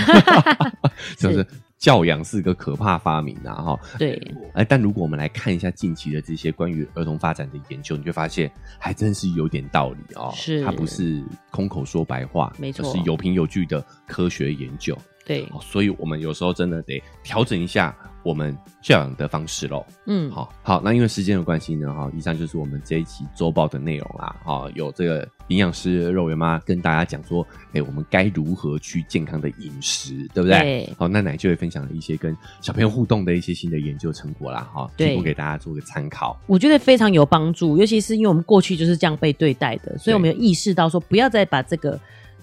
[SPEAKER 3] 就是教养是个可怕发明啊，哈，
[SPEAKER 2] 对，
[SPEAKER 3] 哎，但如果我们来看一下近期的这些关于儿童发展的研究，你就发现还真是有点道理哦，
[SPEAKER 2] 是
[SPEAKER 3] 它不是空口说白话，
[SPEAKER 2] 没错
[SPEAKER 3] 而是有凭有据的科学研究。
[SPEAKER 2] 对，
[SPEAKER 3] 哦，所以我们有时候真的得调整一下我们教养的方式喽。
[SPEAKER 2] 嗯，
[SPEAKER 3] 好好，那因为时间的关系呢，哈、以上就是我们这一期周报的内容啦。哈、有这个营养师肉圆妈跟大家讲说，哎、我们该如何去健康的饮食，对不对？
[SPEAKER 2] 对
[SPEAKER 3] 好，那奶就会分享了一些跟小朋友互动的一些新的研究成果啦，哈、
[SPEAKER 2] 对
[SPEAKER 3] 提供给大家做个参考。
[SPEAKER 2] 我觉得非常有帮助，尤其是因为我们过去就是这样被对待的，所以我们有意识到说，不要再把这个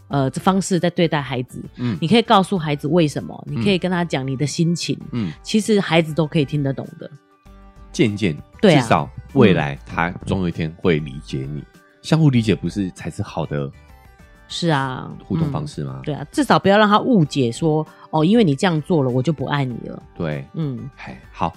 [SPEAKER 2] 呃这方式在对待孩子。
[SPEAKER 3] 嗯
[SPEAKER 2] 你可以告诉孩子为什么，你可以跟他讲你的心情，
[SPEAKER 3] 嗯，
[SPEAKER 2] 其实孩子都可以听得懂的。
[SPEAKER 3] 渐渐，
[SPEAKER 2] 对啊
[SPEAKER 3] 至少未来他总有一天会理解你，相互理解不是才是好的
[SPEAKER 2] 是啊，
[SPEAKER 3] 互动方
[SPEAKER 2] 式、
[SPEAKER 3] 式吗？
[SPEAKER 2] 对啊，至少不要让他误解说哦，因为你这样做了，我就不爱你了。
[SPEAKER 3] 对，
[SPEAKER 2] 嗯，
[SPEAKER 3] 嗨，好。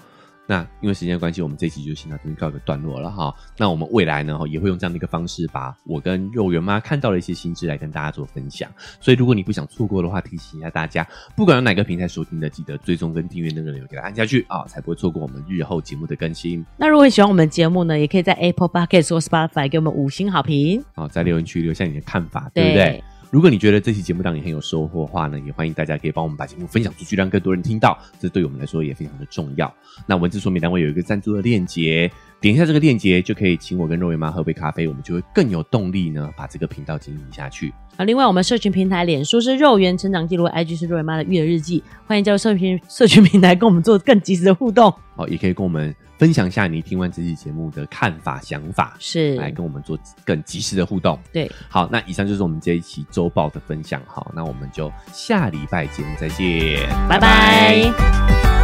[SPEAKER 3] 那因为时间的关系，我们这期就先到这边告一个段落了哈。那我们未来呢，也会用这样的一个方式，把我跟幼园妈看到的一些新知来跟大家做分享。所以，如果你不想错过的话，提醒一下大家，不管有哪个平台收听的，记得追踪跟订阅那个钮给它按下去啊，才不会错过我们日后节目的更新。
[SPEAKER 2] 那如果你喜欢我们的节目呢，也可以在 Apple Podcast 或 Spotify 给我们五星好评。
[SPEAKER 3] 好，啊在留言区留下你的看法，对不对？如果你觉得这期节目让你很有收获的话呢，也欢迎大家可以帮我们把节目分享出去，让更多人听到，这对我们来说也非常的重要。那文字说明栏位有一个赞助的链接，点一下这个链接就可以请我跟肉圆妈喝杯咖啡，我们就会更有动力呢，把这个频道经营下去。
[SPEAKER 2] 啊，另外我们社群平台脸书是肉圆成长记录，IG 是肉圆妈的育儿日记，欢迎加入社群社群平台跟我们做更及时的互动。
[SPEAKER 3] 好，哦也可以跟我们分享一下你听完这期节目的看法、想法，
[SPEAKER 2] 是，
[SPEAKER 3] 来跟我们做更及时的互动。
[SPEAKER 2] 对，
[SPEAKER 3] 好，那以上就是我们这一期周报的分享。好，那我们就下礼拜节目再见，
[SPEAKER 2] 拜拜